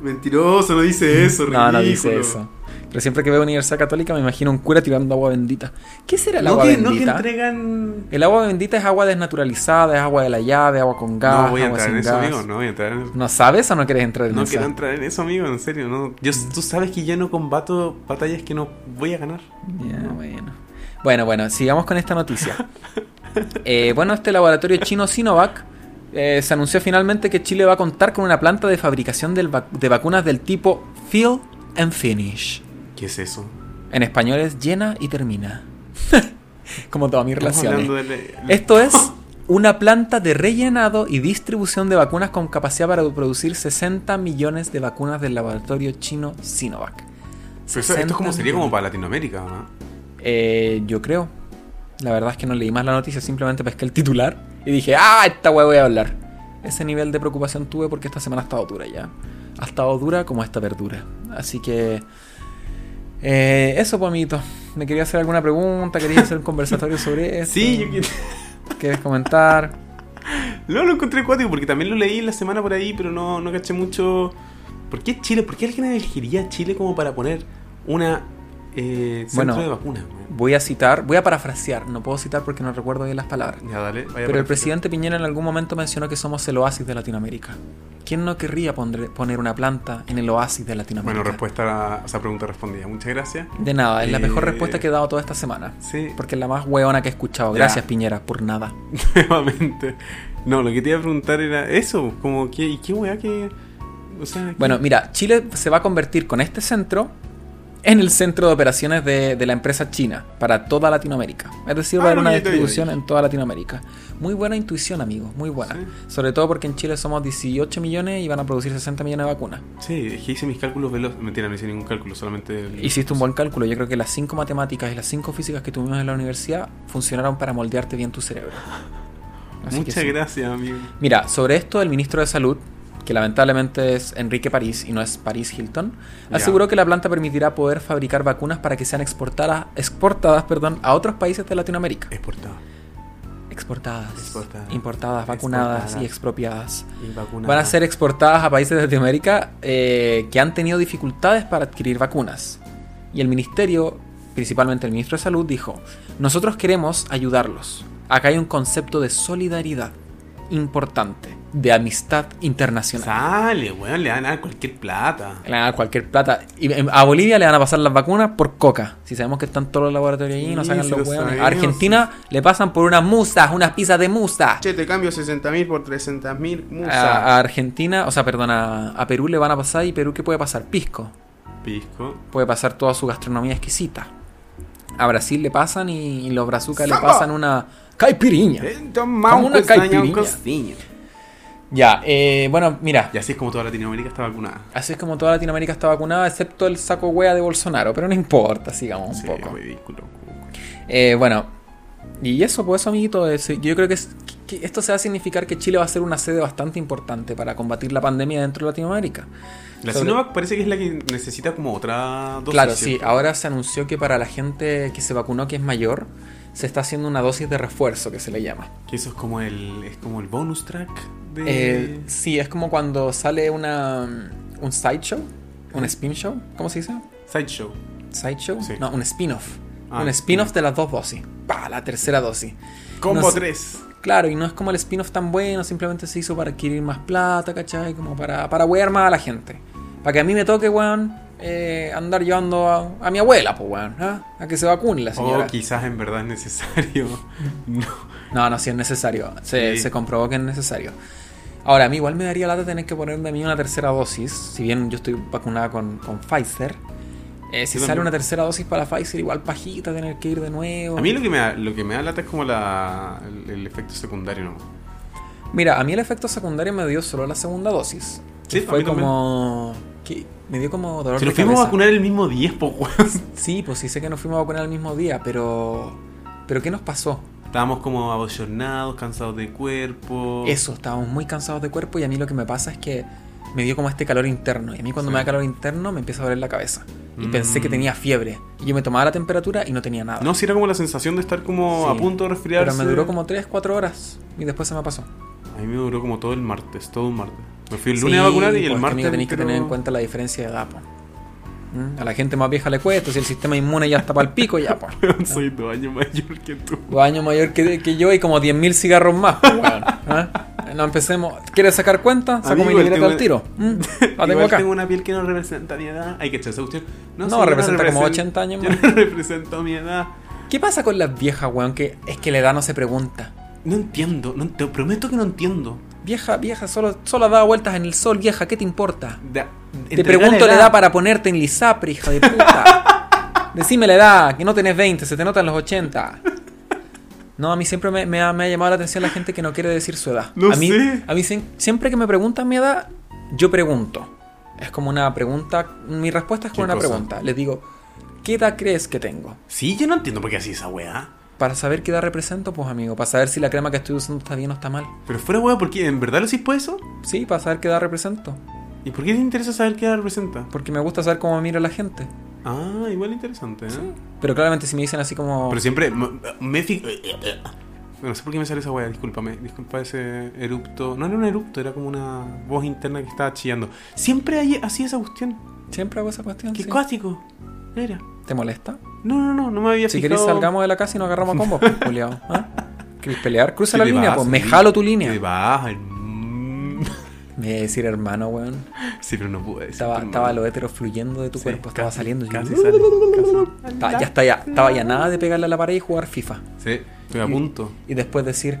S2: Mentiroso, no dice eso, ridículo.
S1: No, no dice eso. Pero siempre que veo Universidad Católica me imagino un cura tirando agua bendita. ¿Qué será el
S2: No
S1: agua
S2: que, no que
S1: bendita?
S2: entregan.
S1: El agua bendita es agua desnaturalizada, es agua de la llave, agua con gas,
S2: No voy a
S1: agua
S2: entrar en
S1: sin
S2: eso,
S1: gas.
S2: amigo. No voy a entrar en eso.
S1: ¿No sabes o no quieres entrar en
S2: No
S1: esa?
S2: quiero entrar en eso, amigo, en serio. No. Yo,
S1: Mm.
S2: tú sabes que yo no combato batallas que no voy a ganar.
S1: Ya, bueno. Bueno, bueno, sigamos con esta noticia. Eh, bueno, este laboratorio chino Sinovac eh, se anunció finalmente que Chile va a contar con una planta de fabricación del vac- de vacunas del tipo Fill and Finish.
S2: ¿Qué es eso?
S1: En español es llena y termina. Como todas mis
S2: Estamos
S1: relaciones.
S2: hablando de.
S1: eh. Esto es una planta de rellenado y distribución de vacunas con capacidad para producir 60 millones de vacunas del laboratorio chino Sinovac.
S2: Pero eso- esto es como
S1: 60
S2: sería como
S1: millones.
S2: para Latinoamérica, ¿o ¿no?
S1: Eh, yo creo. La verdad es que no leí más la noticia, simplemente pesqué el titular y dije, ¡ah, esta weá voy a hablar! Ese nivel de preocupación tuve porque esta semana ha estado dura ya. Ha estado dura como esta verdura. Así que. eh, eso, pues, amiguito. ¿Me quería hacer alguna pregunta? ¿Quería hacer un conversatorio sobre eso?
S2: Sí, yo quiero.
S1: ¿Quieres comentar?
S2: No, lo encontré cuático porque también lo leí la semana por ahí, pero no, no caché mucho. ¿Por qué Chile? ¿Por qué alguien elegiría Chile como para poner una eh, centro
S1: Bueno.
S2: de vacuna? weón?
S1: Voy a citar, voy a parafrasear, no puedo citar porque no recuerdo bien las palabras.
S2: Ya, dale. vaya
S1: Pero
S2: para
S1: el presidente Piñera en algún momento mencionó que somos el oasis de Latinoamérica. ¿Quién no querría pondre- poner una planta en el oasis de Latinoamérica?
S2: Bueno, respuesta a esa pregunta respondida. Muchas gracias.
S1: De nada, es la mejor
S2: Eh,
S1: respuesta que he dado toda esta semana.
S2: Sí,
S1: Porque es la más hueona que he escuchado.
S2: Ya.
S1: Gracias, Piñera, por nada.
S2: nuevamente. No, lo que te iba a preguntar era eso, como que, ¿y qué weá que... O sea, que-
S1: Bueno, mira, Chile se va a convertir con este centro en el centro de operaciones de, de la empresa china para toda Latinoamérica. Es decir, va a
S2: Ah,
S1: haber
S2: lo
S1: una
S2: que yo te
S1: distribución
S2: había
S1: en toda Latinoamérica. Muy buena intuición, amigos, muy buena.
S2: Sí.
S1: Sobre todo porque en Chile somos 18 millones y van a producir 60 millones de vacunas.
S2: Sí, es que hice mis cálculos veloz. Mentira, no hice ningún cálculo, solamente... el-
S1: Hiciste un buen cálculo. Yo creo que las cinco matemáticas y las cinco físicas que tuvimos en la universidad funcionaron para moldearte bien tu cerebro. Así que
S2: Muchas
S1: sí.
S2: gracias, amigo.
S1: Mira, sobre esto el ministro de Salud, que lamentablemente es Enrique París y no es París Hilton,
S2: Ya.
S1: aseguró que la planta permitirá poder fabricar vacunas para que sean exportadas, exportadas perdón, a otros países de Latinoamérica.
S2: Exportado.
S1: Exportadas,
S2: Exportadas.
S1: importadas, vacunadas
S2: Exportadas.
S1: y expropiadas.
S2: Y vacuna.
S1: Van a ser exportadas a países de Latinoamérica eh, que han tenido dificultades para adquirir vacunas. Y el ministerio, principalmente el ministro de Salud, dijo, nosotros queremos ayudarlos. Acá hay un concepto de solidaridad importante, de amistad internacional.
S2: Sale, weón, le dan a cualquier plata.
S1: Le van a dar cualquier plata. Y em, a Bolivia le van a pasar las vacunas por coca. Si sabemos que están todos los laboratorios ahí,
S2: Sí,
S1: nos sacan
S2: sí
S1: los
S2: lo
S1: hueones. A
S2: sabemos.
S1: Argentina le pasan por unas musas, unas pizzas de musa.
S4: Che, te cambio 60.000 por 300.000 musa.
S1: A, a Argentina, o sea, perdón, a, a Perú le van a pasar y Perú, ¿qué puede pasar? Pisco.
S2: Pisco.
S1: puede pasar toda su gastronomía exquisita. A Brasil le pasan y, y los brazucas le
S4: ¡Samba!
S1: pasan una caipiriña.
S4: Toma
S1: Como una
S4: costeño,
S1: caipirinha.
S4: costeño.
S1: Ya, eh, bueno, mira.
S2: Y así es como toda Latinoamérica está vacunada.
S1: Así es como toda Latinoamérica está vacunada, excepto el saco wea de Bolsonaro, pero no importa, sigamos un
S2: Sí,
S1: poco.
S2: ridículo.
S1: Eh, bueno, y eso, pues eso, amiguito, es- yo creo que, es- que esto se va a significar que Chile va a ser una sede bastante importante para combatir la pandemia dentro de Latinoamérica.
S2: La
S1: Sobre-
S2: Sinovac parece que es la que necesita como otra dosis.
S1: Claro, sí,
S2: ¿cierto?
S1: ahora se anunció que para la gente que se vacunó, que es mayor, se está haciendo una dosis de refuerzo, que se le llama.
S2: Que eso es como el, es como el bonus track de...
S1: Eh, sí, es como cuando sale una mm, un sideshow, un spin show, ¿cómo se dice?
S2: Sideshow.
S1: Sideshow,
S2: Sí.
S1: no, un spin-off.
S2: Ah,
S1: un spin-off de las dos dosis. Pa, la tercera dosis.
S2: Combo
S1: No sé.
S2: 3.
S1: Claro, y no es como el spin-off tan bueno, simplemente se hizo para adquirir más plata, ¿cachai? Como para, para wear más a la gente. Para que a mí me toque, weón, eh, andar llevando a, a mi abuela, pues, weón, ¿ah? a que se vacune la
S2: O
S1: señora.
S2: Oh, quizás en verdad es necesario. No.
S1: No, no, sí es necesario. Se,
S2: Sí.
S1: se comprobó que es necesario. Ahora, a mí igual me daría lata tener que ponerme a mí una tercera dosis. Si bien yo estoy vacunada con, con Pfizer. eh, si sale
S2: Yo también.
S1: una tercera dosis para Pfizer, igual pajita tener que ir de nuevo.
S2: A mí lo que me da, lo que me da lata es como la, el, el efecto secundario, ¿no?
S1: Mira, a mí el efecto secundario me dio solo la segunda dosis.
S2: Sí,
S1: Que
S2: a
S1: fue
S2: mí también.
S1: como... que Me dio como dolor
S2: Si
S1: de
S2: nos fuimos a
S1: cabeza.
S2: vacunar el mismo 10, po, weón.
S1: Sí, pues sí sé que nos fuimos a vacunar el mismo día, pero... ¿Pero qué nos pasó?
S2: Estábamos como abochornados, cansados de cuerpo.
S1: Eso, estábamos muy cansados de cuerpo y a mí lo que me pasa es que me dio como este calor interno. Y a mí cuando
S2: Sí.
S1: me da calor interno me empieza a doler la cabeza. Y
S2: Mm.
S1: pensé que tenía fiebre. Y yo me tomaba la temperatura y no tenía nada.
S2: No, si era como la sensación de estar como
S1: Sí.
S2: a punto de resfriarse.
S1: Pero me duró como 3, 4 horas. Y después se me pasó.
S2: A mí me duró como todo el martes, todo un martes. Me fui el
S1: Sí,
S2: lunes a vacunar y
S1: pues,
S2: el
S1: amigo,
S2: martes.
S1: tenéis que
S2: creo-
S1: tener en cuenta la diferencia de edad, po. ¿Mm? A la gente más vieja le cuesta, si el sistema inmune ya está para el pico, ya, po.
S2: Soy dos años mayor que tú.
S1: Dos años mayor que, que yo y como 10.000 cigarros más, po, weón. ¿Ah? No empecemos. ¿Quieres sacar cuenta? Saco
S2: Amigo,
S1: mi
S2: el
S1: libreta
S2: tema-
S1: al tiro. ¿Mm? La tengo
S2: Igual
S1: acá.
S2: tengo una piel que no representa mi edad. Hay que echarse a usted.
S1: No,
S2: señora,
S1: representa como
S2: represen-
S1: 80 años
S2: Yo
S1: más.
S2: no represento mi edad.
S1: ¿Qué pasa con las viejas, weón? Que es que la edad no se pregunta.
S2: No entiendo, no, te prometo que no entiendo.
S1: Vieja, vieja, solo, solo daba vueltas en el sol, vieja, ¿qué te importa?
S2: Da-
S1: Te
S2: entregar
S1: pregunto la edad para ponerte en Lisapre, hija de puta. Decime la edad, que no tenés 20, se te notan los 80. No, a mí siempre me, me ha, me ha llamado la atención la gente que no quiere decir su edad.
S2: No
S1: a mí,
S2: sé.
S1: A mí siem- siempre que me preguntan mi edad, yo pregunto. Es como una pregunta, mi respuesta es como
S2: ¿Qué
S1: una
S2: cosa?
S1: pregunta. Les digo, ¿qué edad crees que tengo?
S2: Sí, yo no entiendo por qué así esa weá.
S1: Para saber qué edad represento, pues amigo, para saber si la crema que estoy usando está bien o está mal.
S2: Pero fuera weá, ¿por qué? ¿En verdad lo hiciste por eso?
S1: Sí, para saber qué edad represento.
S2: ¿Y por qué te interesa saber qué edad representa?
S1: Porque me gusta saber cómo mira la gente.
S2: Ah, igual interesante, ¿eh?
S1: Pero claramente si me dicen así como...
S2: Pero siempre me, me fi- No sé por qué me sale esa weá, discúlpame. Disculpa ese erupto. No era un erupto, era como una voz interna que estaba chillando. Siempre hay así esa cuestión.
S1: Siempre hago esa cuestión.
S2: Qué
S1: Ah, sí.
S2: cuático. Era.
S1: ¿Te molesta?
S2: No, no, no, no me había
S1: Si
S2: fijado.
S1: querés salgamos de la casa y nos agarramos a combos, pues, culiao, ¿ah? ¿Querés pelear? Cruza la
S2: Te
S1: línea,
S2: vas,
S1: pues me
S2: sí.
S1: jalo tu
S2: Te
S1: línea.
S2: vas, hermano.
S1: Me iba a decir hermano, weón.
S2: Sí, pero no pude. decir,
S1: Estaba,
S2: hermano.
S1: estaba lo hétero fluyendo de tu
S2: Sí,
S1: cuerpo, estaba
S2: casi-
S1: saliendo. yo-
S2: Casi sale. casi.
S1: Estaba- ya está ya, estaba ya nada de pegarle a la pared y jugar FIFA.
S2: Sí, estoy a punto.
S1: Y después decir,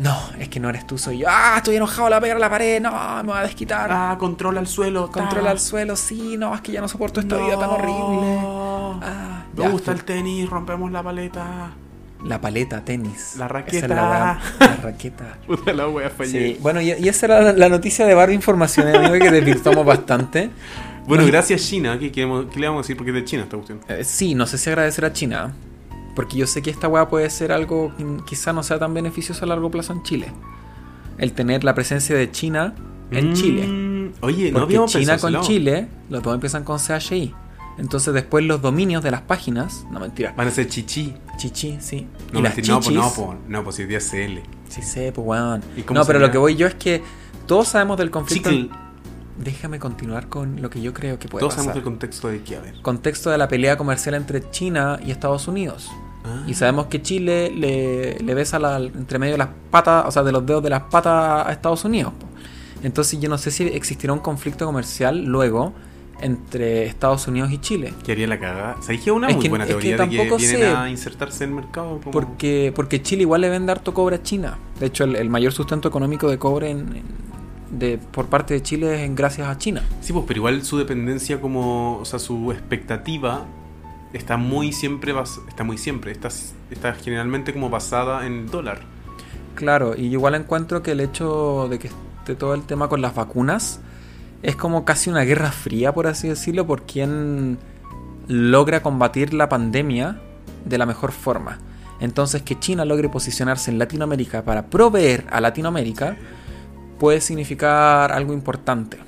S1: no, es que no eres tú, soy yo. Ah, estoy enojado, le voy a pegar a la pared, no, me voy a desquitar.
S2: Ah, controla el suelo. ta.
S1: Controla al suelo, sí, no, es que ya no soporto esta vida tan
S2: No.
S1: horrible. Ah,
S2: Me
S1: ya,
S2: gusta
S1: fui.
S2: el tenis, rompemos la paleta.
S1: La paleta, tenis. Esa
S2: La
S1: es
S2: raqueta.
S1: la weá, la raqueta.
S2: Puta la wea,
S1: Sí, bueno, y, y esa era la, la noticia de Barbie Información, eh, amigo, que desvirtuamos bastante.
S2: Bueno, gracias China. ¿Qué, queremos- qué le vamos a decir? Porque es de China esta cuestión.
S1: Eh, sí, no sé si agradecer a China, porque yo sé que esta weá puede ser algo que quizá no sea tan beneficioso a largo plazo en Chile. El tener la presencia de China en
S2: Mm,
S1: Chile.
S2: Oye, no
S1: Porque
S2: habíamos
S1: China
S2: pensado
S1: con
S2: ese lado.
S1: Chile, los dos empiezan con CHI. Entonces después los dominios de las páginas, no mentira,
S2: Van a ser chichi.
S1: chichi, sí.
S2: No,
S1: y las
S2: mentira, no, po,
S1: chichis,
S2: no, po, no, po, si es día CL.
S1: Sí sé, pues weón.
S2: ¿Y cómo
S1: No, pero
S2: sería?
S1: lo que voy yo es que todos sabemos del conflicto.
S2: Chicle.
S1: Déjame continuar con lo que yo creo que puede
S2: Todos
S1: pasar.
S2: sabemos el contexto de que, a ver.
S1: contexto de la pelea comercial entre China y Estados Unidos.
S2: Ah,
S1: Y sabemos que Chile le, le besa la- entre medio de las patas, o sea, de los dedos de las patas a Estados Unidos. po. Entonces yo no sé si existirá un conflicto comercial luego entre Estados Unidos y Chile.
S2: ¿Qué haría la cagada? Se que es una
S1: Es
S2: muy
S1: que-
S2: buena
S1: es que
S2: teoría de que
S1: tampoco
S2: vienen
S1: sé.
S2: a insertarse en el mercado. Como...
S1: Porque, porque Chile igual le vende harto cobre a China. De hecho, el, el mayor sustento económico de cobre en- en- de, por parte de Chile es en gracias a China.
S2: Sí, pues, pero igual su dependencia como, o sea, su expectativa está muy siempre, bas- está muy siempre, está, está generalmente como basada en el dólar.
S1: Claro, y igual encuentro que el hecho de que esté todo el tema con las vacunas es como casi una guerra fría, por así decirlo, por quien logra combatir la pandemia de la mejor forma. Entonces, que China logre posicionarse en Latinoamérica para proveer a Latinoamérica puede significar algo importante.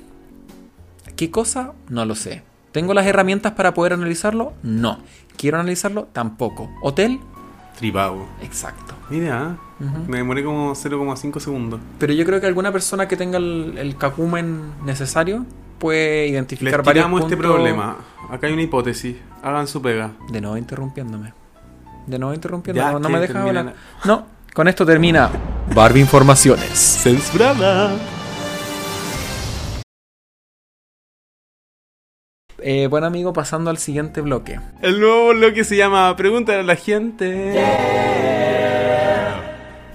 S1: ¿Qué cosa? No lo sé. ¿Tengo las herramientas para poder analizarlo? No. ¿Quiero analizarlo? Tampoco. ¿Hotel?
S2: Tribago.
S1: Exacto.
S2: Mira, ¿eh?
S1: Ujú.
S2: me demoré como 0,5 segundos.
S1: Pero yo creo que alguna persona que tenga el, el cacumen necesario puede
S2: Les
S1: identificar varios
S2: tiramos este
S1: puntos-
S2: problema. Acá hay una hipótesis. Hagan su pega.
S1: De nuevo interrumpiéndome. De nuevo interrumpiéndome.
S2: Ya,
S1: no, no
S2: que
S1: me dejas
S2: termina
S1: hablar. No, con esto termina Barbie Informaciones.
S2: ¡Censurada!
S1: Eh, bueno, amigo, pasando al siguiente bloque.
S2: El nuevo bloque se llama Pregúntale a la gente.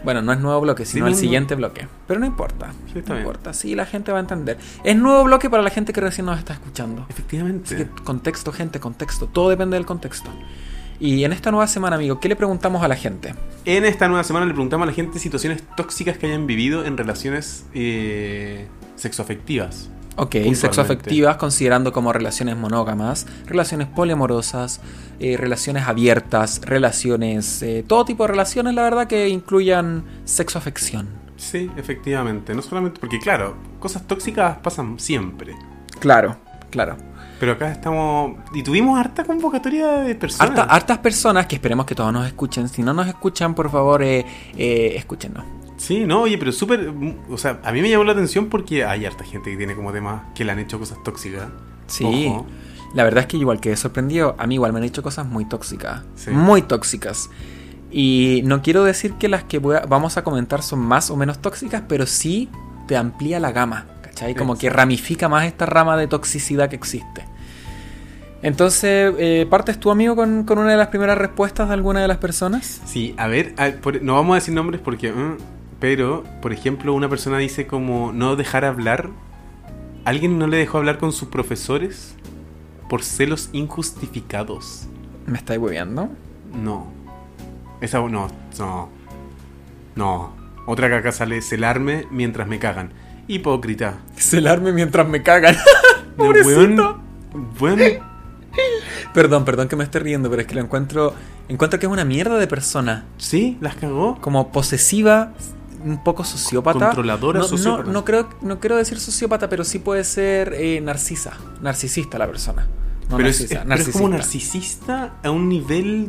S1: Bueno, no es nuevo bloque, sino
S2: Dime
S1: el
S2: un-
S1: siguiente bloque. Pero no importa.
S2: Sí, está
S1: no
S2: bien.
S1: importa. Sí, la gente va a entender. Es nuevo bloque para la gente que recién nos está escuchando.
S2: Efectivamente.
S1: Así que contexto, gente, contexto. Todo depende del contexto. Y en esta nueva semana, amigo, ¿qué le preguntamos a la gente?
S2: En esta nueva semana le preguntamos a la gente situaciones tóxicas que hayan vivido en relaciones eh, sexoafectivas.
S1: Ok,
S2: Puntualmente.
S1: sexoafectivas considerando como relaciones monógamas, relaciones poliamorosas, eh, relaciones abiertas, relaciones, eh, todo tipo de relaciones, la verdad, que incluyan sexoafección.
S2: Sí, efectivamente. No solamente. Porque, claro, cosas tóxicas pasan siempre.
S1: Claro, claro.
S2: Pero acá estamos. Y tuvimos harta convocatoria de personas.
S1: Harta- hartas personas que esperemos que todos nos escuchen. Si no nos escuchan, por favor, eh, eh, escúchenos.
S2: Sí, no, oye, pero súper. mm, O sea, a mí me llamó la atención porque hay harta gente que tiene como temas que le han hecho cosas tóxicas.
S1: Sí.
S2: Ojo.
S1: La verdad es que igual quedé sorprendido. A mí igual me han hecho cosas muy tóxicas.
S2: Sí.
S1: Muy tóxicas. Y no quiero decir que las que voy a- vamos a comentar son más o menos tóxicas, pero sí te amplía la gama. ¿Cachai? Como que ramifica más esta rama de toxicidad que existe. Entonces, eh, ¿partes tú, amigo, con, con una de las primeras respuestas de alguna de las personas?
S2: Sí, a ver, a- por- no vamos a decir nombres porque. mm, pero, por ejemplo, una persona dice como no dejar hablar. ¿Alguien no le dejó hablar con sus profesores? Por celos injustificados.
S1: ¿Me estáis hueveando?
S2: No. Esa no, no. No. Otra que acá sale celarme mientras me cagan. Hipócrita.
S1: Celarme mientras me cagan. Pobrecito. ¿Eh?
S2: Bueno,
S1: Perdón, perdón que me esté riendo, pero es que lo encuentro. Encuentro que es una mierda de persona.
S2: sí, las cagó.
S1: Como posesiva, un poco sociópata.
S2: Controladora,
S1: no,
S2: sociópata.
S1: No, no creo, no quiero decir sociópata, pero sí puede ser eh, narcisa. Narcisista la persona. No
S2: pero, es,
S1: narcisa,
S2: es- pero es como
S1: narcisista.
S2: narcisista a un nivel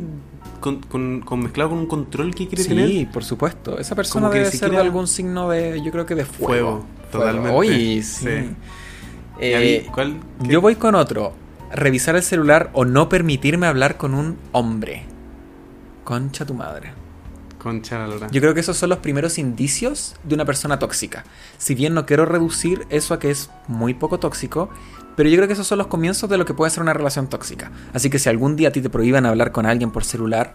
S2: con, con- con- mezclado con un control que quiere
S1: Sí,
S2: tener.
S1: por supuesto. Esa persona
S2: Como que
S1: debe
S2: ni
S1: ser
S2: siquiera-
S1: de algún signo de. Yo creo que de fuego.
S2: Fuego, totalmente.
S1: Oye, sí.
S2: Sí. ¿Y a
S1: Eh,
S2: mí cuál? ¿Qué?
S1: yo voy con otro. Revisar el celular o no permitirme hablar con un hombre. Concha tu madre.
S2: Concha la lora.
S1: Yo creo que esos son los primeros indicios de una persona tóxica. Si bien no quiero reducir eso a que es muy poco tóxico, pero yo creo que esos son los comienzos de lo que puede ser una relación tóxica. Así que si algún día a ti te prohíban hablar con alguien por celular,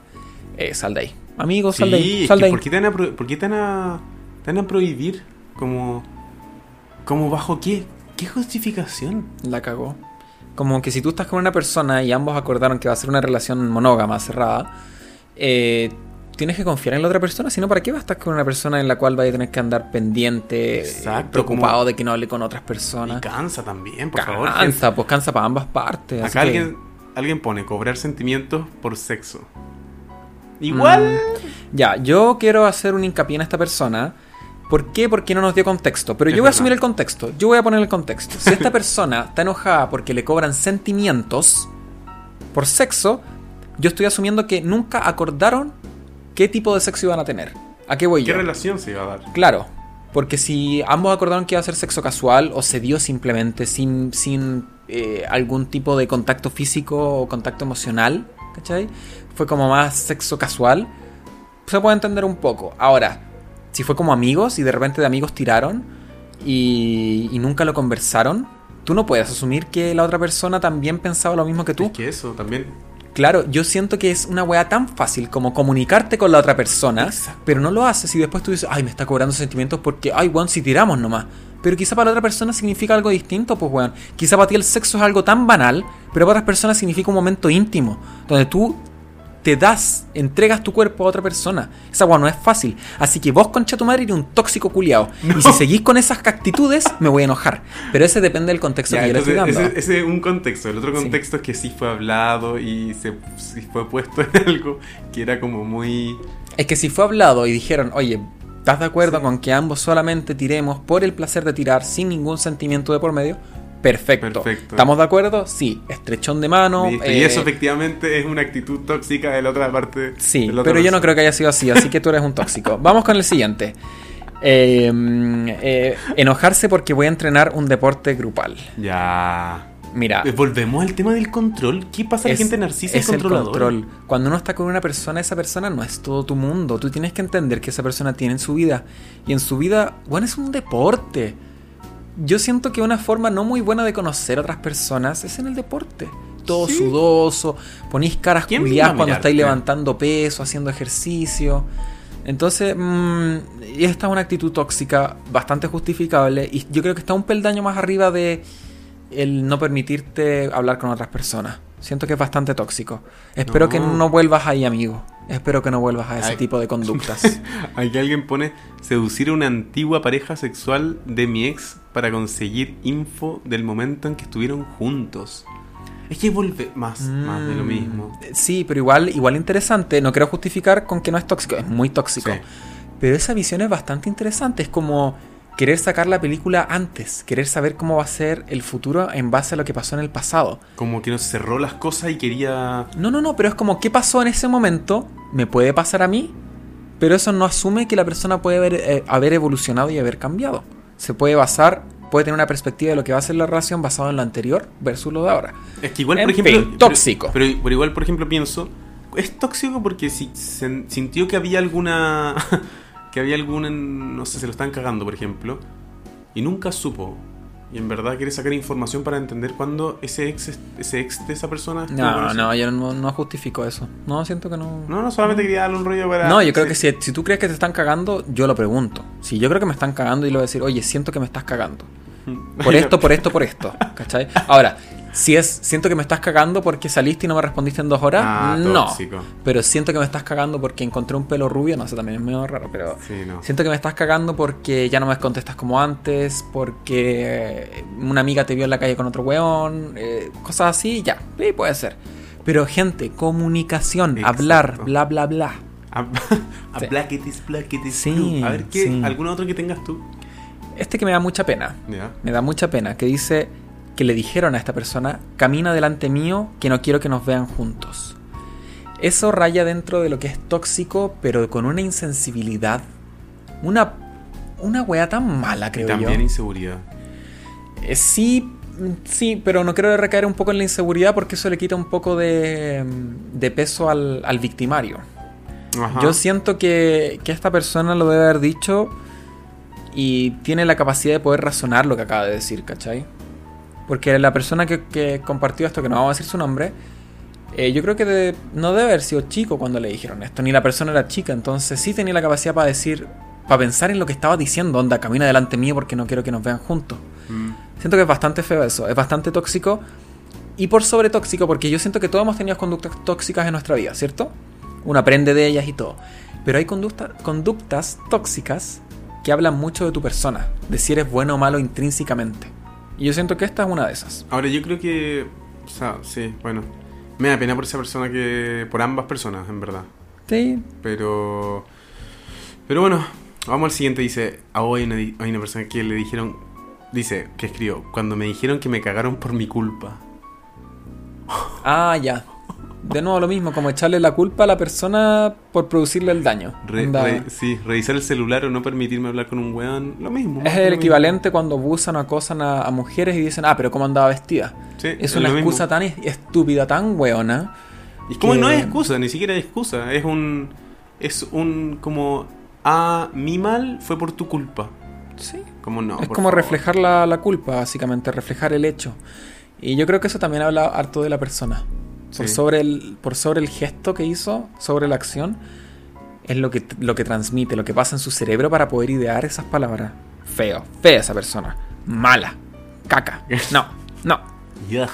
S1: eh, sal de ahí. Amigo, sal de
S2: Sí,
S1: ahí.
S2: es
S1: Sal
S2: que
S1: de ahí.
S2: ¿por qué te van a, pro- por qué te van a- te van a prohibir? Como, como bajo qué? ¿Qué justificación?
S1: La cagó. Como que si tú estás con una persona y ambos acordaron que va a ser una relación monógama, cerrada, eh, tienes que confiar en la otra persona, si no, ¿para qué vas a estar con una persona en la cual vaya a tener que andar pendiente, eh,
S2: Exacto,
S1: preocupado
S2: como-
S1: de que no hable con otras personas?
S2: Y cansa también, por favor. gente.
S1: Cansa, pues cansa para ambas partes. así
S2: Acá
S1: que-
S2: alguien, alguien pone cobrar sentimientos por sexo. Igual.
S1: Mm, Ya, yo quiero hacer un hincapié en esta persona. ¿Por qué? Porque no nos dio contexto. Pero
S2: Es
S1: yo voy a
S2: verdad.
S1: asumir el contexto. Yo voy a poner el contexto. Si esta persona está enojada porque le cobran sentimientos por sexo, yo estoy asumiendo que nunca acordaron qué tipo de sexo iban a tener. ¿A qué voy
S2: ¿Qué
S1: yo?
S2: relación se iba a dar?
S1: Claro, porque si ambos acordaron que iba a ser sexo casual o se dio simplemente sin, sin eh, algún tipo de contacto físico o contacto emocional, ¿cachai? Fue como más sexo casual, se puede entender un poco. Ahora, si fue como amigos y de repente de amigos tiraron y, y nunca lo conversaron, tú no puedes asumir que la otra persona también pensaba lo mismo que tú.
S2: Es que eso también.
S1: Claro, yo siento que es una weá tan fácil como comunicarte con la otra persona, pero no lo haces y después tú dices, ay, me está cobrando sentimientos porque, ay, weón, si tiramos nomás. Pero quizá para la otra persona significa algo distinto, pues, weón. Quizá para ti el sexo es algo tan banal, pero para otras personas significa un momento íntimo, donde tú te das, entregas tu cuerpo a otra persona. Esa weá no es fácil. Así que vos, concha tu madre, eres un tóxico culiao. Y si seguís con esas actitudes, me voy a enojar. Pero ese depende del contexto
S2: Ya,
S1: que yo le estoy
S2: entonces,
S1: dando.
S2: ese ese es un contexto. El otro
S1: Sí.
S2: contexto es que sí fue hablado y se sí fue puesto en algo que era como muy.
S1: Es que si fue hablado y dijeron, oye, ¿estás de acuerdo con que ambos solamente tiremos por el placer de tirar sin ningún sentimiento de por medio? Perfecto.
S2: Perfecto.
S1: ¿Estamos de acuerdo? Sí. Estrechón de mano.
S2: listo.
S1: eh,
S2: y eso efectivamente es una actitud tóxica de la otra parte.
S1: Sí,
S2: de
S1: pero
S2: la otra
S1: yo no
S2: persona.
S1: creo que haya sido así, así que tú eres un tóxico. Vamos con el siguiente. Eh, mm, eh, enojarse porque voy a entrenar un deporte grupal.
S2: Ya.
S1: Mira,
S2: Eh, Volvemos al tema del control. ¿Qué pasa a la gente narcisa y
S1: es el
S2: controladora?
S1: control. Cuando uno está con una persona, esa persona no es todo tu mundo. Tú tienes que entender que esa persona tiene en su vida. Y en su vida, bueno, es un deporte. Yo siento que una forma no muy buena de conocer a otras personas es en el deporte. Todo
S2: Sí.
S1: sudoso, ponís caras
S2: ¿Quién
S1: culiadas
S2: va a
S1: cuando estáis
S2: mirarte?
S1: levantando peso, haciendo ejercicio. Entonces, mm, y esta es una actitud tóxica bastante justificable y yo creo que está un peldaño más arriba de el no permitirte hablar con otras personas. Siento que es bastante tóxico. Espero que
S2: No.
S1: no vuelvas ahí, amigo. Espero que no vuelvas a ese
S2: Ay.
S1: tipo de conductas.
S2: Aquí alguien pone seducir a una antigua pareja sexual de mi ex para conseguir info del momento en que estuvieron juntos. Es que vuelve más, más de lo
S1: Mm.
S2: mismo.
S1: Sí, pero igual, igual interesante. No quiero justificar con que no es tóxico. Es muy tóxico.
S2: Sí.
S1: Pero esa visión es bastante interesante. Es como querer sacar la película antes, querer saber cómo va a ser el futuro en base a lo que pasó en el pasado.
S2: Como que nos cerró las cosas y quería.
S1: No, no, no, pero es como, ¿qué pasó en ese momento? ¿Me puede pasar a mí? Pero eso no asume que la persona puede haber, eh, haber evolucionado y haber cambiado. Se puede basar, puede tener una perspectiva de lo que va a ser la relación basada en lo anterior versus lo de ahora.
S2: Es que igual,
S1: En
S2: por ejemplo.
S1: fin,
S2: pero-
S1: tóxico.
S2: Pero, pero igual, por ejemplo, pienso. Es tóxico porque si sen- sintió que había alguna. que había alguna. No sé, se lo están cagando, por ejemplo. Y nunca supo. Y en verdad quiere sacar información para entender cuándo ese ex, ese ex de esa persona. estuvo con
S1: No,
S2: ese-
S1: no, yo no, no justifico eso. No, siento que no.
S2: No, no, solamente quería darle un rollo para.
S1: No, yo creo que
S2: sí.
S1: si, si tú crees que te están cagando, yo lo pregunto. Si yo creo que me están cagando, yo le voy a decir, oye, siento que me estás cagando. Por esto, por esto, por esto. ¿Cachai? Ahora, si es, siento que me estás cagando porque saliste y no me respondiste en dos horas,
S2: Ah,
S1: no.
S2: tóxico.
S1: Pero siento que me estás cagando porque encontré un pelo rubio, no sé, también es medio raro, pero...
S2: Sí, no.
S1: Siento que me estás cagando porque ya no me contestas como antes, porque una amiga te vio en la calle con otro weón, eh, cosas así, ya, sí, puede ser. Pero gente, comunicación,
S2: Exacto.
S1: hablar, bla, bla, bla.
S2: A, a
S1: Sí.
S2: Ah, black it is, black it is
S1: Sí,
S2: blue. A ver, ¿qué,
S1: sí.
S2: ¿algún otro que tengas tú?
S1: Este que me da mucha pena,
S2: Ya.
S1: me da mucha pena, que dice que le dijeron a esta persona, camina delante mío, que no quiero que nos vean juntos. Eso raya dentro de lo que es tóxico, pero con una insensibilidad, una, una weá tan mala, creo
S2: Y también
S1: yo.
S2: inseguridad.
S1: Eh, sí, mm, sí, pero no quiero recaer un poco en la inseguridad porque eso le quita un poco de, mm, de peso al, al victimario.
S2: Ajá.
S1: Yo siento que, que esta persona lo debe haber dicho y tiene la capacidad de poder razonar lo que acaba de decir, ¿cachai? Porque la persona que, que compartió esto, que no vamos a decir su nombre, eh, yo creo que de- no debe haber sido chico cuando le dijeron esto, ni la persona era chica, entonces sí tenía la capacidad para decir, para pensar en lo que estaba diciendo, onda, camina delante mío porque no quiero que nos vean juntos.
S2: Mm.
S1: Siento que es bastante feo eso, es bastante tóxico. Y por sobre tóxico, porque yo siento que todos hemos tenido conductas tóxicas en nuestra vida, ¿cierto? Uno aprende de ellas y todo. Pero hay conducta- conductas tóxicas que hablan mucho de tu persona, de si eres bueno o malo intrínsecamente. Y yo siento que esta es una de esas.
S2: Ahora, yo creo que. O sea, sí, bueno. Me da pena por esa persona que. Por ambas personas, en verdad.
S1: Sí,
S2: Pero. Pero bueno, vamos al siguiente. Dice: A hoy hay una, di- hay una persona que le dijeron. Dice, que escribió: Cuando me dijeron que me cagaron por mi culpa.
S1: Ah, ya. De nuevo lo mismo, como echarle la culpa a la persona por producirle el daño.
S2: Re-
S1: Onda,
S2: re- sí, revisar el celular o no permitirme hablar con un weón. Lo mismo.
S1: es
S2: lo
S1: el
S2: mismo.
S1: equivalente cuando abusan o acosan a, a mujeres y dicen, ah, pero ¿cómo andaba vestida?
S2: Sí,
S1: Es una
S2: lo mismo.
S1: excusa tan es- estúpida, tan weona.
S2: Y como
S1: que-
S2: no es excusa, ni siquiera es excusa. Es un. Es un. Como. Ah, mi mal fue por tu culpa.
S1: Sí.
S2: Como no.
S1: es
S2: por
S1: como
S2: favor.
S1: reflejar la, la culpa, básicamente, reflejar el hecho. Y yo creo que eso también habla harto de la persona. Por,
S2: Sí.
S1: sobre, el, por sobre el gesto que hizo, sobre la acción, es lo que, lo que transmite, lo que pasa en su cerebro para poder idear esas palabras. Feo, fea esa persona. Mala. Caca. No, no.
S2: Ya.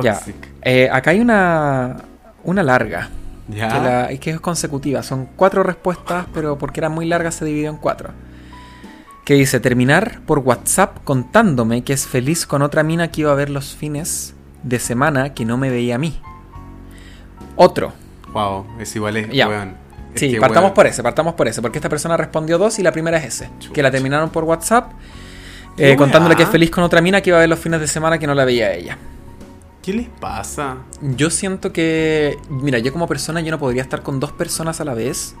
S1: Ya.
S2: Toxic.
S1: Eh, acá hay una, una larga.
S2: Ya.
S1: Que, la- es que es consecutiva. Son cuatro respuestas, pero porque era muy larga se dividió en cuatro. Que dice, terminar por WhatsApp contándome que es feliz con otra mina que iba a ver los fines de semana que no me veía a mí. Otro.
S2: Wow, es igual, es
S1: Ya.
S2: weón. Es
S1: sí,
S2: que,
S1: partamos
S2: weón,
S1: por ese, partamos por ese, porque esta persona respondió dos y la primera es ese.
S2: Chucha.
S1: Que la terminaron por WhatsApp
S2: ¿Qué
S1: eh, contándole que es
S2: weá?
S1: feliz con otra mina que iba a ver los fines de semana que no la veía a ella.
S2: ¿Qué les pasa?
S1: Yo siento que, mira, yo como persona yo no podría estar con dos personas a la vez.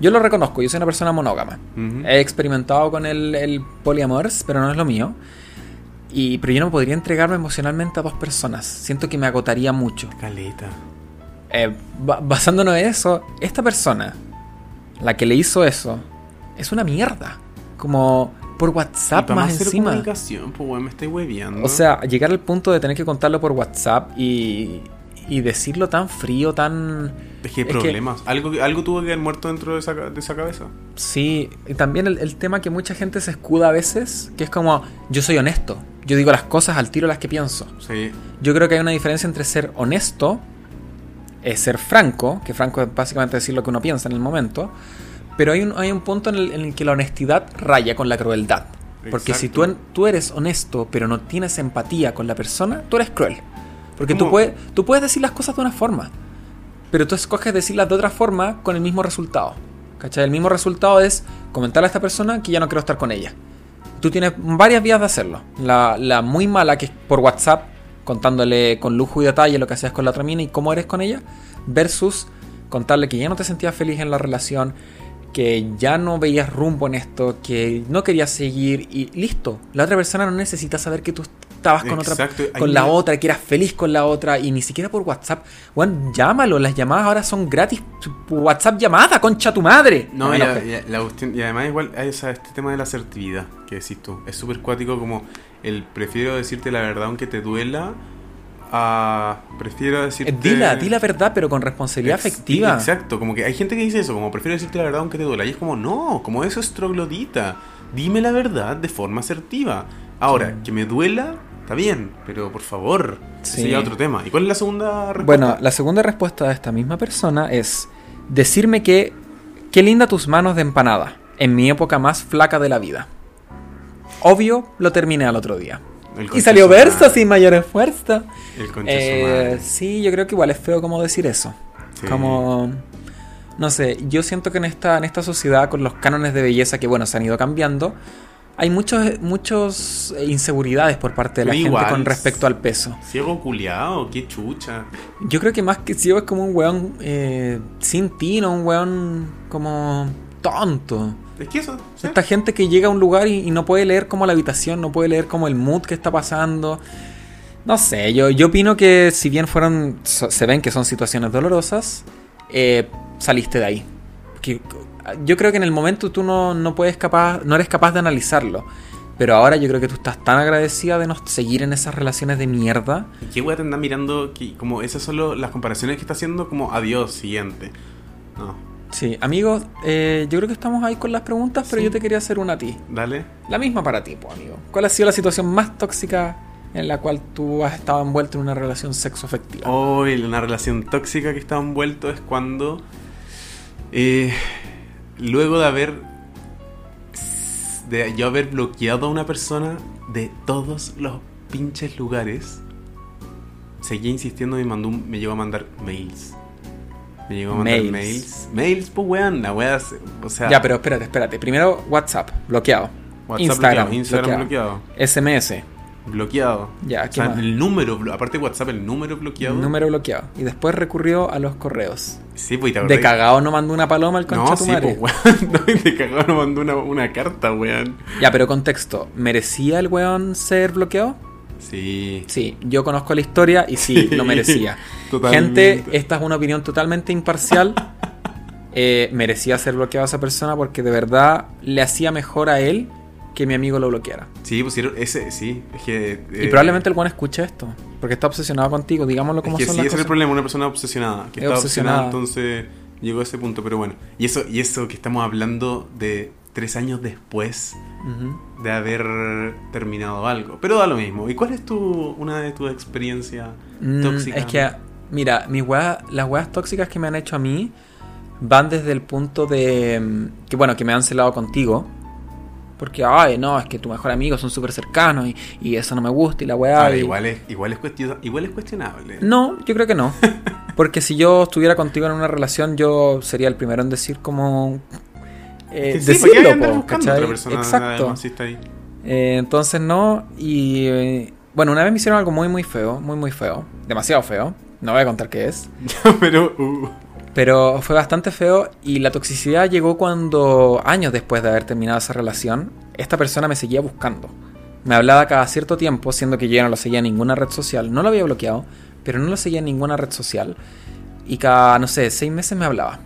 S1: Yo lo reconozco, yo soy una persona monógama.
S2: Ujú.
S1: He experimentado con el, el poliamor, pero no es lo mío. Y, pero yo no podría entregarme emocionalmente a dos personas. Siento que me agotaría mucho.
S2: Caleta.
S1: Eh, ba- basándonos en eso, esta persona, la que le hizo eso, es una mierda. Como por
S2: Y
S1: WhatsApp
S2: pa'
S1: más
S2: hacer
S1: encima.
S2: comunicación, pues weón, me estoy hueviando.
S1: O sea, llegar al punto de tener que contarlo por WhatsApp y, y decirlo tan frío, tan...
S2: Es que hay
S1: es que-
S2: problemas. Algo, algo tuvo que haber muerto dentro de esa, ca- de esa cabeza.
S1: Sí, y también el, el tema que mucha gente se escuda a veces, que es como, yo soy honesto, yo digo las cosas al tiro las que pienso.
S2: Sí.
S1: Yo creo que hay una diferencia entre ser honesto, eh, ser franco, que franco es básicamente decir lo que uno piensa en el momento, pero hay un, hay un punto en el, en el que la honestidad raya con la crueldad. Porque si tú, en-
S2: Exacto.
S1: tú eres honesto, pero no tienes empatía con la persona, tú eres cruel. Porque tú
S2: ¿Cómo?
S1: puedes, tú puedes decir las cosas de una forma, pero tú escoges decirlas de otra forma con el mismo resultado. ¿Cachai? El mismo resultado es comentarle a esta persona que ya no quiero estar con ella. Tú tienes varias vías de hacerlo. La, la muy mala, que es por WhatsApp, contándole con lujo y detalle lo que hacías con la otra mina y cómo eres con ella, versus contarle que ya no te sentías feliz en la relación, que ya no veías rumbo en esto, que no querías seguir y listo. La otra persona no necesita saber que tú estabas con otra
S2: Exacto, hay
S1: con la
S2: una-
S1: otra, que eras feliz con la otra y ni siquiera por WhatsApp. Bueno, llámalo, las llamadas ahora son gratis. WhatsApp llamada, concha tu madre.
S2: No,
S1: Me
S2: y,
S1: enojé.
S2: y- la cuestión- y además igual hay, o sea, este tema de la asertividad que decís tú. Es súper cuático como el prefiero decirte la verdad aunque te duela a prefiero decirte...
S1: Eh, Dila, di la verdad, pero con responsabilidad
S2: este Ex-
S1: afectiva.
S2: Exacto, como que hay gente que dice eso, como prefiero decirte la verdad aunque te duela. Y es como, no, como eso es troglodita. Dime la verdad de forma asertiva. Ahora, que me duela, está bien, pero por favor,
S1: Sí.
S2: ese ya es otro tema. ¿Y cuál es la segunda respuesta?
S1: Bueno, la segunda respuesta de esta misma persona es decirme que qué linda tus manos de empanada, en mi época más flaca de la vida. Obvio, lo terminé al otro día.
S2: El
S1: Y
S2: concha
S1: salió
S2: su madre.
S1: verso sin mayor esfuerzo.
S2: El concha su
S1: Eh,
S2: madre.
S1: sí, yo creo que igual es feo como decir eso.
S2: Sí.
S1: Como. No sé, yo siento que en esta, en esta sociedad, con los cánones de belleza que, bueno, se han ido cambiando, hay muchos, muchos eh, inseguridades por parte de la
S2: Pero
S1: gente
S2: igual,
S1: con respecto al peso.
S2: Ciego culiao, qué chucha.
S1: Yo creo que más que ciego es como un weón eh, sin tino, un weón como tonto.
S2: Es que eso. ¿sí?
S1: Esta gente que llega a un lugar y, y no puede leer como la habitación, no puede leer como el mood que está pasando. No sé, yo, yo opino que si bien fueron, so- se ven que son situaciones dolorosas, eh, saliste de ahí. Que- yo creo que en el momento tú no, no puedes capaz, no eres capaz de analizarlo. Pero ahora yo creo que tú estás tan agradecida de no seguir en esas relaciones de mierda.
S2: ¿Y ¿Qué wea te anda mirando? Que, como esas son lo- las comparaciones que está haciendo, como adiós, siguiente. No,
S1: Sí, amigos, eh, yo creo que estamos ahí con las preguntas, pero yo te quería hacer una a ti.
S2: dale.
S1: La misma para ti, pues, amigo. ¿Cuál ha sido la situación más tóxica en la cual tú has estado envuelto en una relación sexoafectiva?
S2: Hoy una relación tóxica que está envuelto es cuando. eh, luego de haber. de yo haber bloqueado a una persona de todos los pinches lugares. Seguía insistiendo y me, mandó un- me llegó a mandar mails. Me llegó a mandar
S1: Mails.
S2: mails. Mails, pues weón, la wea. se- O sea,
S1: Ya, pero espérate, espérate. Primero, WhatsApp, bloqueado.
S2: WhatsApp
S1: Instagram,
S2: bloqueado, Instagram bloqueado.
S1: SMS,
S2: Bloqueado.
S1: Ya, ¿qué
S2: o sea,
S1: más?
S2: el número, blo- aparte de WhatsApp, el número bloqueado.
S1: número bloqueado. Y después recurrió a los correos.
S2: Sí, pues y te
S1: De
S2: acordás-
S1: cagado no mandó una paloma al concha
S2: No,
S1: tu
S2: sí,
S1: madre.
S2: pues weón. No, y de cagado nos mandó una, una carta, weón.
S1: Ya, pero contexto. ¿Merecía el weón ser bloqueado?
S2: Sí.
S1: Sí, yo conozco la historia y sí, lo merecía.
S2: Totalmente.
S1: Gente, eh. esta es una opinión totalmente imparcial. Eh, merecía ser bloqueado a esa persona porque de verdad le hacía mejor a él que mi amigo lo bloqueara.
S2: Sí, pusieron ese, sí. Es que.
S1: y probablemente el buen escuche esto, porque está obsesionado contigo, digámoslo
S2: Eh. Es
S1: como
S2: que sí,
S1: son
S2: ese
S1: las
S2: era el
S1: cosas.
S2: problema, una persona obsesionada. Que
S1: Es
S2: estaba
S1: obsesionada.
S2: obsesionada, entonces llegó a ese punto, pero bueno. Y eso, y eso que estamos hablando de tres años después
S1: Ujú.
S2: de haber terminado algo. Pero da lo mismo. ¿Y cuál es tu una de tus experiencias
S1: Mm,
S2: tóxicas?
S1: Es que, mira, mis weas- las weas tóxicas que me han hecho a mí van desde el punto de mm, que, bueno, que me han celado contigo. Porque, ay, no, es que tu mejor amigo son súper cercanos y, y eso no me gusta y la wea.
S2: A ver,
S1: y-
S2: Ah, igual es, igual es cuestio- igual es cuestionable.
S1: No, yo creo que no. Porque si yo estuviera contigo en una relación, yo sería el primero en decir como... Eh,
S2: Sí, ¿por qué
S1: decirlo,
S2: andar
S1: po,
S2: buscando
S1: ¿cachai?
S2: otra persona?
S1: Exacto.
S2: además, si está ahí?
S1: Eh, entonces no, y... eh, bueno, una vez me hicieron algo muy, muy feo, muy, muy feo. Demasiado feo. No voy a contar qué es.
S2: pero. uh.
S1: Pero fue bastante feo y la toxicidad llegó cuando, años después de haber terminado esa relación, esta persona me seguía buscando. Me hablaba cada cierto tiempo, siendo que yo ya no lo seguía en ninguna red social. No lo había bloqueado, pero no lo seguía en ninguna red social. Y cada, no sé, seis meses me hablaba.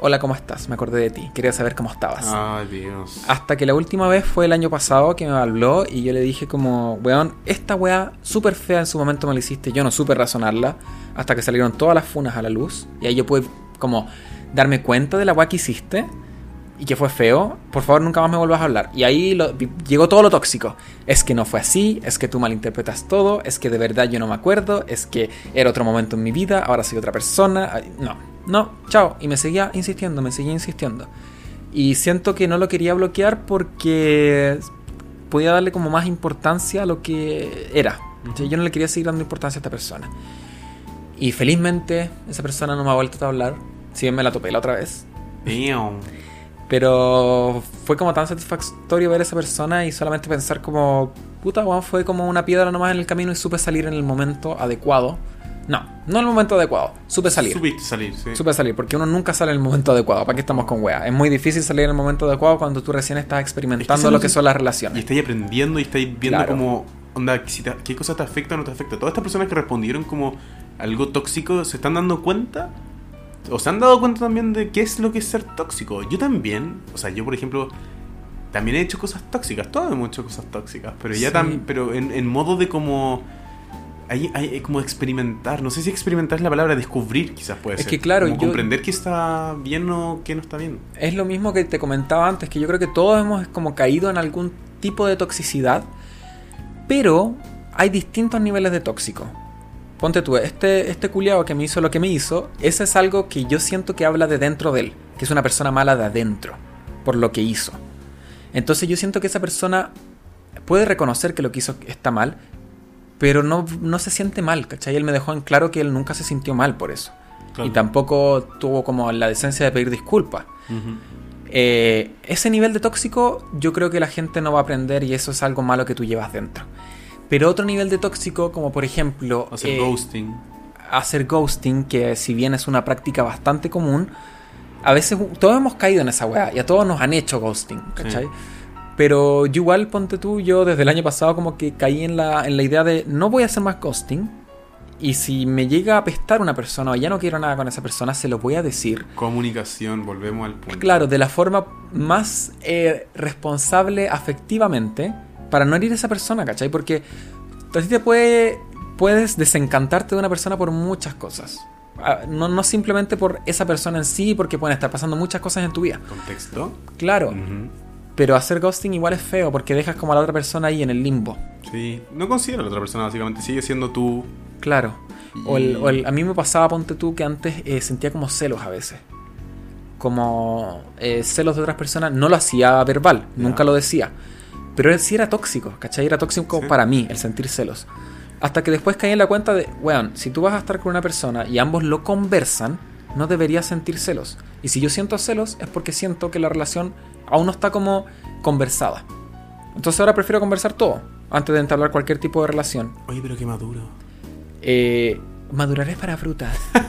S1: Hola, ¿cómo estás? Me acordé de ti. Quería saber cómo estabas.
S2: Ay, Dios.
S1: Hasta que la última vez fue el año pasado que me habló y yo le dije como, weón, esta weá súper fea en su momento me la hiciste, yo no supe razonarla, hasta que salieron todas las funas a la luz y ahí yo pude como darme cuenta de la weá que hiciste y que fue feo, por favor nunca más me vuelvas a hablar. Y ahí lo- vi- llegó todo lo tóxico. Es que no fue así, es que tú malinterpretas todo, es que de verdad yo no me acuerdo, es que era otro momento en mi vida, ahora soy otra persona. ay, No, no, chao. Y me seguía insistiendo, me seguía insistiendo. Y siento que no lo quería bloquear porque podía darle como más importancia a lo que era. O sea, yo no le quería seguir dando importancia a esta persona. Y felizmente esa persona no me ha vuelto a hablar, si bien me la topé la otra vez.
S2: Damn.
S1: Pero fue como tan satisfactorio ver a esa persona y solamente pensar como, puta, weón, fue como una piedra nomás en el camino y supe salir en el momento adecuado. No, no en el momento adecuado, supe salir.
S2: Subir, salir, sí.
S1: Supe salir, porque uno nunca sale en el momento adecuado. ¿Para qué estamos con wea? Es muy difícil salir en el momento adecuado cuando tú recién estás experimentando
S2: eso no
S1: lo que
S2: se-
S1: son las
S2: Y
S1: relaciones.
S2: estáis aprendiendo y estáis viendo
S1: Claro.
S2: como, onda, si te- qué cosa te afecta o no te afecta. Todas estas personas que respondieron como algo tóxico, ¿se están dando cuenta? ¿O se han dado cuenta también de qué es lo que es ser tóxico? Yo también, o sea, yo por ejemplo, también he hecho cosas tóxicas, todos hemos hecho cosas tóxicas, pero ya
S1: Sí.
S2: tam- pero en, en modo de como... Hay, hay- como experimentar, no sé si experimentar es la palabra, descubrir quizás puede
S1: Es
S2: ser.
S1: que claro,
S2: Como
S1: yo-
S2: comprender qué está bien o qué no está bien.
S1: Es lo mismo que te comentaba antes, que yo creo que todos hemos como caído en algún tipo de toxicidad, pero hay distintos niveles de tóxico. Ponte tú, este, este culiao que me hizo lo que me hizo, ese es algo que yo siento que habla de dentro de él, que es una persona mala de adentro, por lo que hizo. Entonces yo siento que esa persona puede reconocer que lo que hizo está mal, pero no, no se siente mal, ¿cachai? Él me dejó en claro que él nunca se sintió mal por eso.
S2: Claro.
S1: Y tampoco tuvo como la decencia de pedir disculpas.
S2: Ujú.
S1: Eh, ese nivel de tóxico yo creo que la gente no va a aprender y eso es algo malo que tú llevas dentro. Pero otro nivel de tóxico, como por ejemplo
S2: Hacer
S1: eh,
S2: ghosting.
S1: hacer ghosting, que si bien es una práctica bastante común, a veces todos hemos caído en esa weá y a todos nos han hecho ghosting, ¿cachai?
S2: Sí.
S1: Pero yo igual, ponte tú, yo desde el año pasado como que caí en la, en la idea de no voy a hacer más ghosting y si me llega a apestar una persona o ya no quiero nada con esa persona, se lo voy a decir.
S2: Comunicación, volvemos al punto.
S1: Claro, de la forma más eh, responsable afectivamente para no herir a esa persona, ¿cachai? Porque a ti te puede, puedes desencantarte de una persona por muchas cosas. Ah, No, no simplemente por esa persona en sí, porque pueden estar pasando muchas cosas en tu vida.
S2: Contexto.
S1: Claro,
S2: Ujú.
S1: pero hacer ghosting igual es feo porque dejas como a la otra persona ahí en el limbo.
S2: Sí. No considera a la otra persona, básicamente. Sigue siendo tú.
S1: Claro. O el-
S2: Y-
S1: o el- a mí me pasaba, ponte tú, que antes eh, sentía como celos a veces. Como eh, celos de otras personas. No lo hacía verbal,
S2: Ya.
S1: nunca lo decía. Pero él sí era tóxico, ¿cachai? Era tóxico
S2: Sí.
S1: para mí el sentir celos. Hasta que después caí en la cuenta de, weón, si tú vas a estar con una persona y ambos lo conversan, no deberías sentir celos. Y si yo siento celos es porque siento que la relación aún no está como conversada. Entonces ahora prefiero conversar todo antes de entablar cualquier tipo de relación.
S2: Oye, pero qué maduro.
S1: Eh, madurar es para frutas.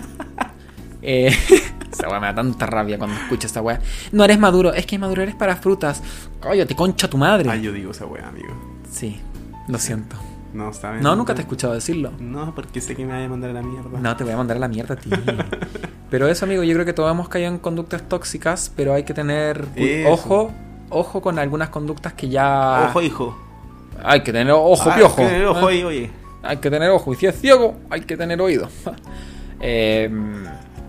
S1: Eh, esa weá me da tanta rabia cuando escucho esta weá. No eres maduro, es que madurar es para frutas. Cállate, concha tu madre.
S2: Ah, yo digo esa wea, amigo.
S1: Sí, lo siento.
S2: No, ¿sabes?
S1: No, nunca te he escuchado decirlo.
S2: No, porque sé que me vaya a mandar a la mierda.
S1: No, te voy a mandar a la mierda a ti. Pero eso, amigo, yo creo que todos hemos caído en conductas tóxicas, pero hay que tener cu-
S2: Eso.
S1: ojo, ojo con algunas conductas que ya.
S2: Ojo, hijo.
S1: Hay que tener ojo,
S2: Ah,
S1: piojo.
S2: que- Ojo,
S1: Ah.
S2: ahí, oye.
S1: Hay que tener ojo. Y si es ciego, hay que tener oído. Eh,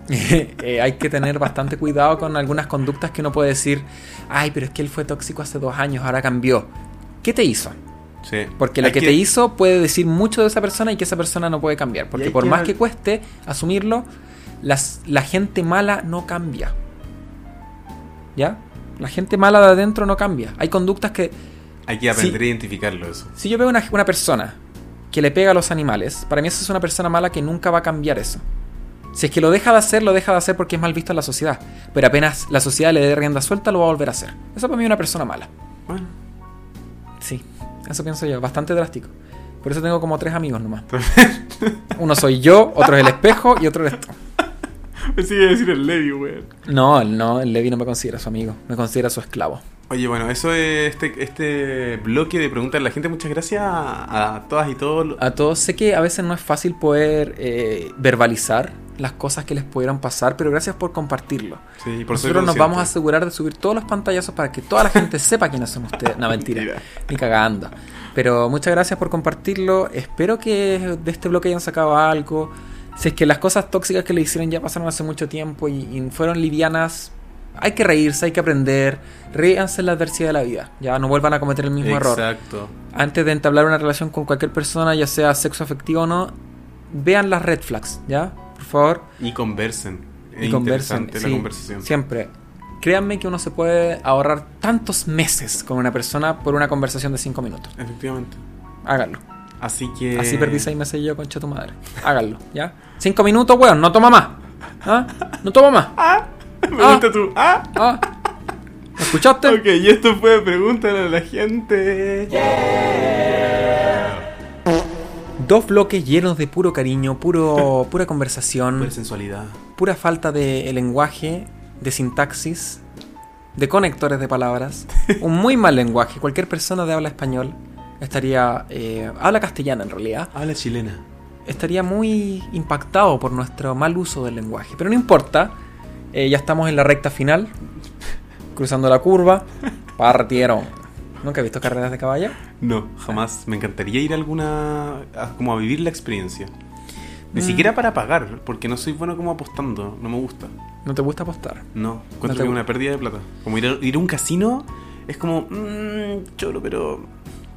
S1: eh, hay que tener bastante cuidado con algunas conductas que uno puede decir, ay, pero es que él fue tóxico hace dos años, ahora cambió. ¿Qué te hizo?
S2: Sí.
S1: Porque lo
S2: Hay
S1: que, te hizo puede decir mucho de esa persona y que esa persona no puede cambiar. Porque
S2: hay
S1: por
S2: que
S1: más
S2: al-
S1: que cueste asumirlo, las- la gente mala no cambia. ¿Ya? La gente mala de adentro no cambia. Hay conductas que
S2: Hay que aprender a identificarlo, eso.
S1: si yo veo una, una persona que le pega a los animales, para mí esa es una persona mala que nunca va a cambiar eso. Si es que lo deja de hacer, lo deja de hacer porque es mal visto en la sociedad. Pero apenas la sociedad le dé rienda suelta, lo va a volver a hacer. Eso para mí es una persona mala.
S2: Bueno,
S1: Sí, eso pienso yo, bastante drástico. Por eso tengo como tres amigos nomás. Uno soy yo, otro es el espejo y otro eres tú.
S2: pensé que iba a decir el Levi, weón.
S1: No, el- no, el Levi no me considera su amigo, me considera su esclavo.
S2: Oye, bueno, eso es este, este bloque de preguntas a la gente. Muchas gracias a, a todas y todos.
S1: a todos. Sé que a veces no es fácil poder eh, verbalizar las cosas que les pudieron pasar, pero gracias por compartirlo.
S2: Sí, por pues. ser
S1: Nosotros nos
S2: conscientes.
S1: vamos a asegurar de subir todos los pantallazos para que toda la gente sepa quiénes son ustedes. No, mentira,
S2: Mentira.
S1: ni cagando. Pero muchas gracias por compartirlo. Espero que de este bloque hayan sacado algo. Si es que las cosas tóxicas que le hicieron ya pasaron hace mucho tiempo y, y fueron livianas, hay que reírse, hay que aprender. Ríanse en la adversidad de la vida. Ya no vuelvan a cometer el mismo error
S2: Exacto.
S1: antes de entablar una relación con cualquier persona, ya sea sexo afectivo o no, vean las red flags, ¿ya? Por favor,
S2: Y conversen.
S1: y
S2: Es
S1: conversen.
S2: E interesante
S1: sí,
S2: la conversación.
S1: Siempre. Créanme que uno se puede ahorrar tantos meses con una persona por una conversación de 5 minutos.
S2: Efectivamente.
S1: Háganlo.
S2: Así que.
S1: Así perdí 6 meses yo, concha tu madre. Háganlo, ¿ya? 5 minutos, weón, no toma más. ¿Ah? No toma más.
S2: Me gusta tú. ¡Ah!
S1: Ah. ¿Escuchaste?
S2: Ok, y esto fue Pregúntale a la gente.
S1: Dos bloques llenos de puro cariño, puro, pura conversación,
S2: Por sensualidad.
S1: pura falta de lenguaje, de sintaxis, de conectores de palabras. Un muy mal lenguaje. Cualquier persona de habla español estaría. eh, habla castellana en realidad.
S2: Habla chilena.
S1: estaría muy impactado por nuestro mal uso del lenguaje. Pero no importa, eh, ya estamos en la recta final, cruzando la curva, partieron. ¿Nunca he visto carreras de caballo?
S2: No, jamás. Me encantaría ir a alguna. a- como a vivir la experiencia. Ni
S1: Mm.
S2: siquiera para pagar, porque no soy bueno como apostando. No me gusta.
S1: ¿No te gusta apostar?
S2: No, encuentro
S1: te
S2: que es
S1: gu-
S2: una pérdida de plata. Como ir a, ir a un casino es como. Mmm, choro, pero.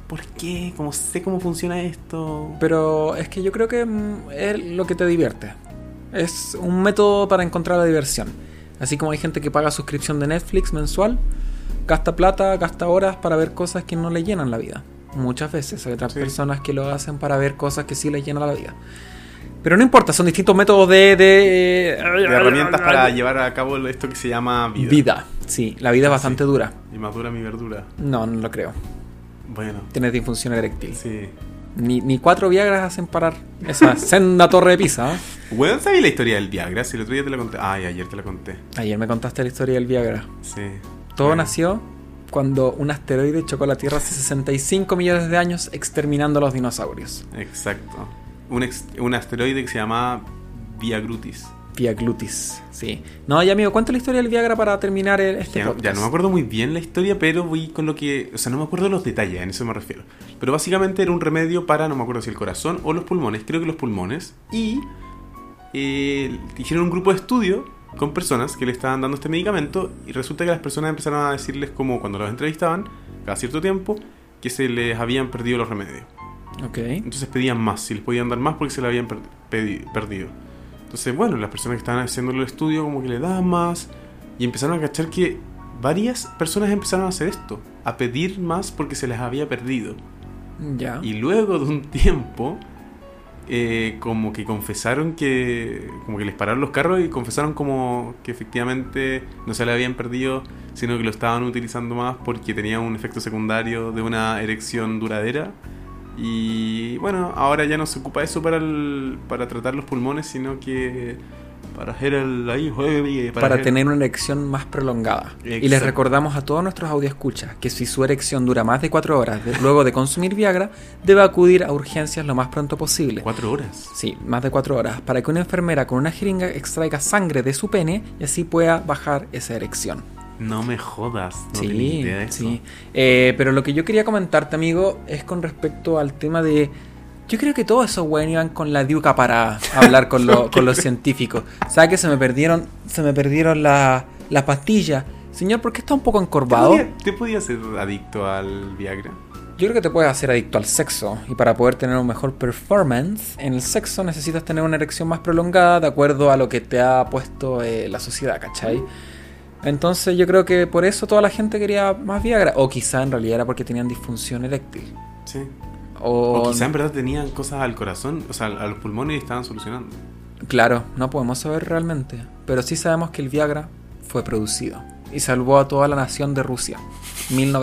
S2: ¿Por qué? Como sé cómo funciona esto.
S1: Pero es que yo creo que mm, es lo que te divierte. Es un método para encontrar la diversión. Así como hay gente que paga suscripción de Netflix mensual, gasta plata, gasta horas para ver cosas que no le llenan la vida. Muchas veces hay otras
S2: Sí.
S1: personas que lo hacen para ver cosas que sí les llenan la vida. Pero no importa, son distintos métodos de... de,
S2: De herramientas para llevar a cabo esto que se llama vida.
S1: Vida, sí. La vida es bastante dura.
S2: Y madura mi verdura.
S1: No, no lo creo.
S2: Bueno,
S1: Tienes disfunción eréctil.
S2: sí.
S1: Ni, ni cuatro viagras hacen parar esa senda torre de pisa. ¿eh?
S2: Bueno, ¿sabes la historia del Viagra? Si el otro día te la conté. Ay, ayer te la conté.
S1: Ayer me contaste la historia del Viagra.
S2: Sí.
S1: Todo
S2: Bueno.
S1: nació cuando un asteroide chocó la Tierra hace 65 millones de años exterminando a los dinosaurios.
S2: Exacto. Un, ex- un asteroide que se llama Viagrutis.
S1: Via glutis, sí. No, ya amigo, ¿cuánto es la historia del Viagra para terminar el- este
S2: Ya no,
S1: podcast?
S2: ya no me acuerdo muy bien la historia, pero voy con lo que... O sea, no me acuerdo los detalles, en eso me refiero. Pero básicamente era un remedio para, no me acuerdo si el corazón o los pulmones, creo que los pulmones. Y eh, hicieron un grupo de estudio con personas que le estaban dando este medicamento y resulta que las personas empezaron a decirles como cuando los entrevistaban, cada cierto tiempo, que se les habían perdido los remedios.
S1: Ok.
S2: Entonces pedían más, si les podían dar más porque se la habían per- pedi- perdido. Entonces, bueno, las personas que estaban haciendo el estudio como que le daban más y empezaron a cachar que varias personas empezaron a hacer esto, a pedir más porque se les había perdido.
S1: Ya.
S2: Y luego de un tiempo, eh, como que confesaron que, como que les pararon los carros y confesaron como que efectivamente no se le habían perdido, sino que lo estaban utilizando más porque tenía un efecto secundario de una erección duradera. Y bueno, ahora ya no se ocupa eso para, el- para tratar los pulmones, sino que para hacer el... ahí, juegue,
S1: para
S2: hacer-
S1: tener una erección más prolongada. Y les
S2: Exacto.
S1: recordamos a todos nuestros audioescuchas que si su erección dura más de 4 horas de- luego de consumir Viagra, debe acudir a urgencias lo más pronto posible.
S2: Cuatro horas.
S1: Sí, más de cuatro horas, para que una enfermera con una jeringa extraiga sangre de su pene y así pueda bajar esa erección.
S2: No me jodas, no tenía
S1: sí,
S2: idea de eso.
S1: sí. Eh, pero lo que yo quería comentarte, amigo, es con respecto al tema de... Yo creo que todos esos güeyes iban con la diuca para hablar con, lo- con los científicos. ¿Sabes que se me perdieron, se me perdieron la- las pastillas? Señor, ¿por qué está un poco
S2: ¿Te
S1: encorvado?
S2: podía, te podía ser adicto al Viagra?
S1: Yo creo que te puedes hacer adicto al sexo y para poder tener un mejor performance en el sexo necesitas tener una erección más prolongada de acuerdo a lo que te ha puesto eh, la sociedad, ¿cachai? Entonces yo creo que por eso toda la gente quería más Viagra o quizá en realidad era porque tenían disfunción eréctil
S2: Sí.
S1: o,
S2: O quizá en verdad tenían cosas al corazón, o sea, a los pulmones y estaban solucionando.
S1: claro, no podemos saber realmente, pero sí sabemos que el Viagra fue producido y salvó a toda la nación de Rusia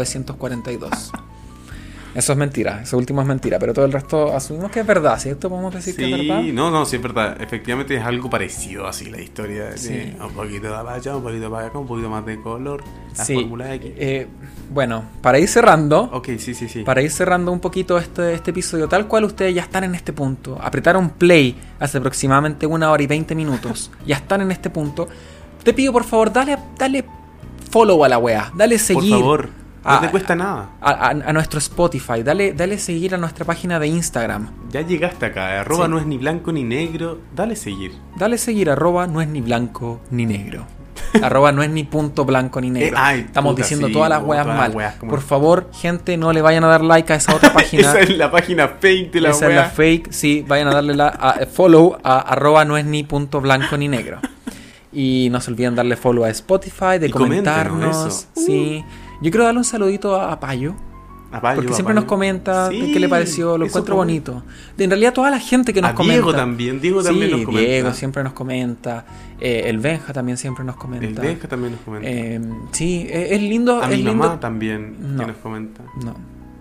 S1: 1942. Eso es mentira, eso último es mentira, pero todo el resto asumimos que es verdad, ¿cierto? Podemos decir que es verdad.
S2: Sí, no, no, sí es verdad. Efectivamente es algo parecido así la historia. de
S1: Sí.
S2: Un poquito de allá, un poquito para acá, un poquito más de color. La
S1: Sí,
S2: fórmula X.
S1: eh, bueno, para ir cerrando,
S2: ok, sí, sí, sí.
S1: para ir cerrando un poquito este, este episodio, tal cual ustedes ya están en este punto, apretaron play hace aproximadamente una hora y 20 minutos, ya están en este punto, te pido por favor, dale, dale follow a la weá, dale
S2: Por
S1: seguir.
S2: favor, no
S1: Ah,
S2: te cuesta nada.
S1: A, a- a nuestro Spotify, dale, dale seguir a nuestra página de Instagram.
S2: Ya llegaste acá. Arroba
S1: Sí.
S2: no es ni blanco ni negro. Dale seguir.
S1: Dale seguir arroba no es ni blanco ni negro. arroba no es ni punto blanco ni negro.
S2: Eh, ay,
S1: Estamos
S2: puta,
S1: diciendo
S2: sí,
S1: todas las
S2: no,
S1: weas
S2: todas las
S1: mal.
S2: weas, como-
S1: Por favor, gente, no le vayan a dar like a esa otra página.
S2: Esa es la página fake de la
S1: Esa
S2: wea.
S1: es la fake. Sí, vayan a darle la a- eh, follow a arroba no es ni punto blanco ni negro. Y no se olviden darle follow a Spotify, de
S2: Y coméntenos
S1: comentarnos.
S2: eso. Uh.
S1: Sí. Yo quiero darle un saludito a, a Payo.
S2: A Payo,
S1: Porque
S2: a
S1: siempre nos
S2: Payo.
S1: comenta
S2: Sí,
S1: qué le pareció, lo
S2: eso
S1: encuentro
S2: como-
S1: bonito. De- en realidad toda la gente que nos
S2: a
S1: comenta.
S2: Diego también, Diego también
S1: sí,
S2: nos comenta.
S1: Diego siempre nos comenta. eh, el Benja también siempre nos
S2: El
S1: comenta.
S2: Benja también nos comenta.
S1: Eh, sí, eh, es lindo.
S2: a
S1: es
S2: mi
S1: lindo-
S2: mamá también
S1: No.
S2: que nos comenta.
S1: No.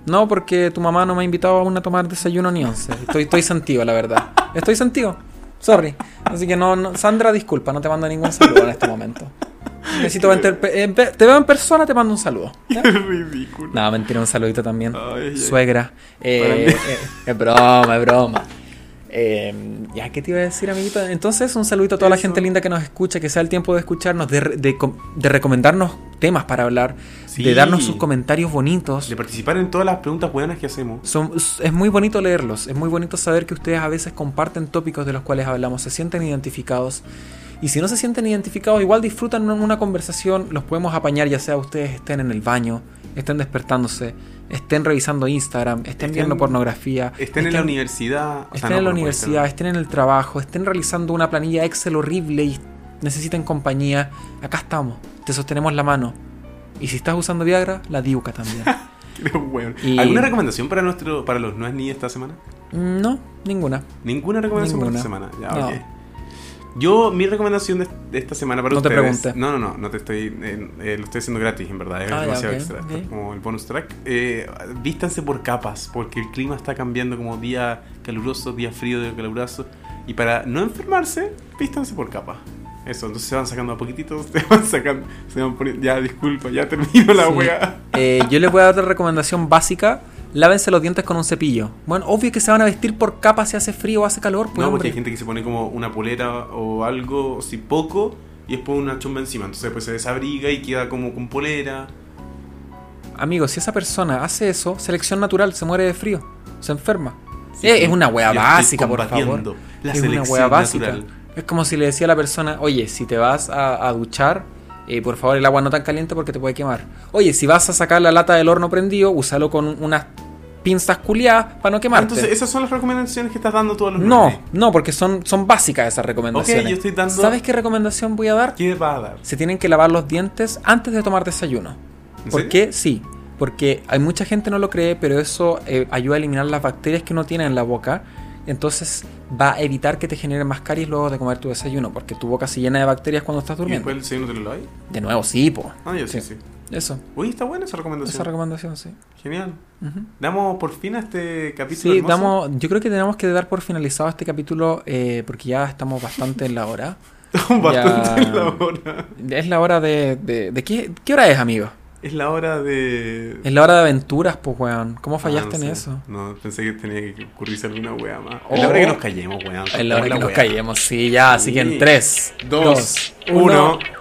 S1: No, porque tu mamá no me ha invitado aún a tomar desayuno ni once. Estoy, estoy sentido, la verdad. Estoy sentido. Sorry. Así que no, no- Sandra, disculpa, no te mando ningún saludo en este momento. Necesito verte. eh, ve- te veo en persona, te mando un saludo. ¿ya?
S2: Ridículo.
S1: No, mentira, un saludito también.
S2: Ay, ay.
S1: Suegra. Eh, eh, es broma, es broma. Eh, ya, ¿qué te iba a decir, amiguito? Entonces, un saludito a toda la
S2: Eso.
S1: gente linda que nos escucha, que sea el tiempo de escucharnos, de, re- de com- de recomendarnos temas para hablar, de
S2: Sí.
S1: darnos sus comentarios bonitos.
S2: De participar en todas las preguntas buenas que hacemos.
S1: Son- es muy bonito leerlos, es muy bonito saber que ustedes a veces comparten tópicos de los cuales hablamos, se sienten identificados. Y si no se sienten identificados, igual disfrutan un- una conversación, los podemos apañar, ya sea ustedes estén en el baño, estén despertándose, estén revisando Instagram, estén,
S2: Estén-
S1: viendo pornografía,
S2: Estén en la universidad. o sea,
S1: estén
S2: no,
S1: en la
S2: no puede ser.
S1: universidad, estén en el trabajo, estén realizando una planilla Excel horrible y necesitan compañía, acá estamos, te sostenemos la mano. Y si estás usando Viagra, la diuca también.
S2: Pero, weón.
S1: Y-
S2: ¿Alguna recomendación para nuestro para los no es ni esta semana?
S1: no, ninguna.
S2: Ninguna recomendación
S1: Ninguna.
S2: para esta semana. Ya,
S1: No.
S2: ok. Yo, mi recomendación de- de esta semana para
S1: No te
S2: ustedes.
S1: pregunté.
S2: No, no, no, no te estoy. eh, eh, lo estoy haciendo gratis, en verdad. Es
S1: Ah, ya,
S2: demasiado
S1: ok,
S2: extra. esto
S1: ok.
S2: es como el bonus track. Eh, vístanse por capas, porque el clima está cambiando como día caluroso, día frío, día caluroso. Y para no enfermarse, vístanse por capas. Eso, entonces se van sacando a poquititos, se van sacando, se van poniendo. Ya, disculpa, ya termino la
S1: Sí.
S2: wea.
S1: Eh, yo les voy a dar otra recomendación básica. Lávense los dientes con un cepillo. Bueno, obvio que se van a vestir por capa si hace frío o hace calor. Pues,
S2: No, porque
S1: hombre.
S2: hay gente que se pone como una polera o algo, si poco, y después una chumba encima. Entonces pues se desabriga y queda como con polera.
S1: Amigo, si esa persona hace eso, selección natural, se muere de frío, se enferma. Eh, es una
S2: hueá
S1: wea básica, por favor.
S2: La
S1: es una
S2: selección
S1: wea básica.
S2: natural.
S1: Es como si le decía a la persona, oye, si te vas a, a duchar, eh, por favor el agua no tan caliente porque te puede quemar. Oye, si vas a sacar la lata del horno prendido, úsalo con unas pinzas culiadas para no quemarte.
S2: Ah, Entonces, esas son las recomendaciones que estás dando todos los
S1: No,
S2: lunes.
S1: no, porque son, son básicas esas recomendaciones.
S2: Ok, yo estoy dando-
S1: ¿Sabes qué recomendación voy a dar?
S2: ¿Qué va a dar?
S1: Se tienen que lavar los dientes antes de tomar desayuno.
S2: ¿En
S1: ¿Por
S2: serio?
S1: qué? Sí. Porque hay mucha gente no lo cree, pero eso eh, ayuda a eliminar las bacterias que uno tiene en la boca. Entonces va a evitar que te generen más caries luego de comer tu desayuno, porque tu boca se llena de bacterias cuando estás
S2: ¿Y
S1: durmiendo.
S2: después el segundo te lo hay?
S1: De nuevo, sí, po.
S2: Ah, yo sí, sí.
S1: Eso,
S2: Uy, está buena esa recomendación.
S1: esa recomendación, sí.
S2: Genial.
S1: Ujú.
S2: Damos por fin a este capítulo.
S1: Sí,
S2: hermoso.
S1: damos, yo creo que tenemos que dar por finalizado este capítulo eh, porque ya estamos bastante en la hora.
S2: Bastante
S1: Ya.
S2: en la hora.
S1: Es la hora de. ¿De, de qué, qué hora es, amigo?
S2: Es la hora de.
S1: Es la hora de aventuras, pues, weón. ¿Cómo
S2: Ah,
S1: fallaste
S2: no
S1: en
S2: sé.
S1: eso?
S2: No, pensé que tenía que ocurrirse alguna wea más.
S1: Oh.
S2: Es la hora que nos callemos, weón.
S1: Es la hora que nos
S2: Wea.
S1: callemos, sí, ya. Así que en
S2: Sí.
S1: 3,
S4: Dos,
S1: 2,
S2: Uno.
S1: 1.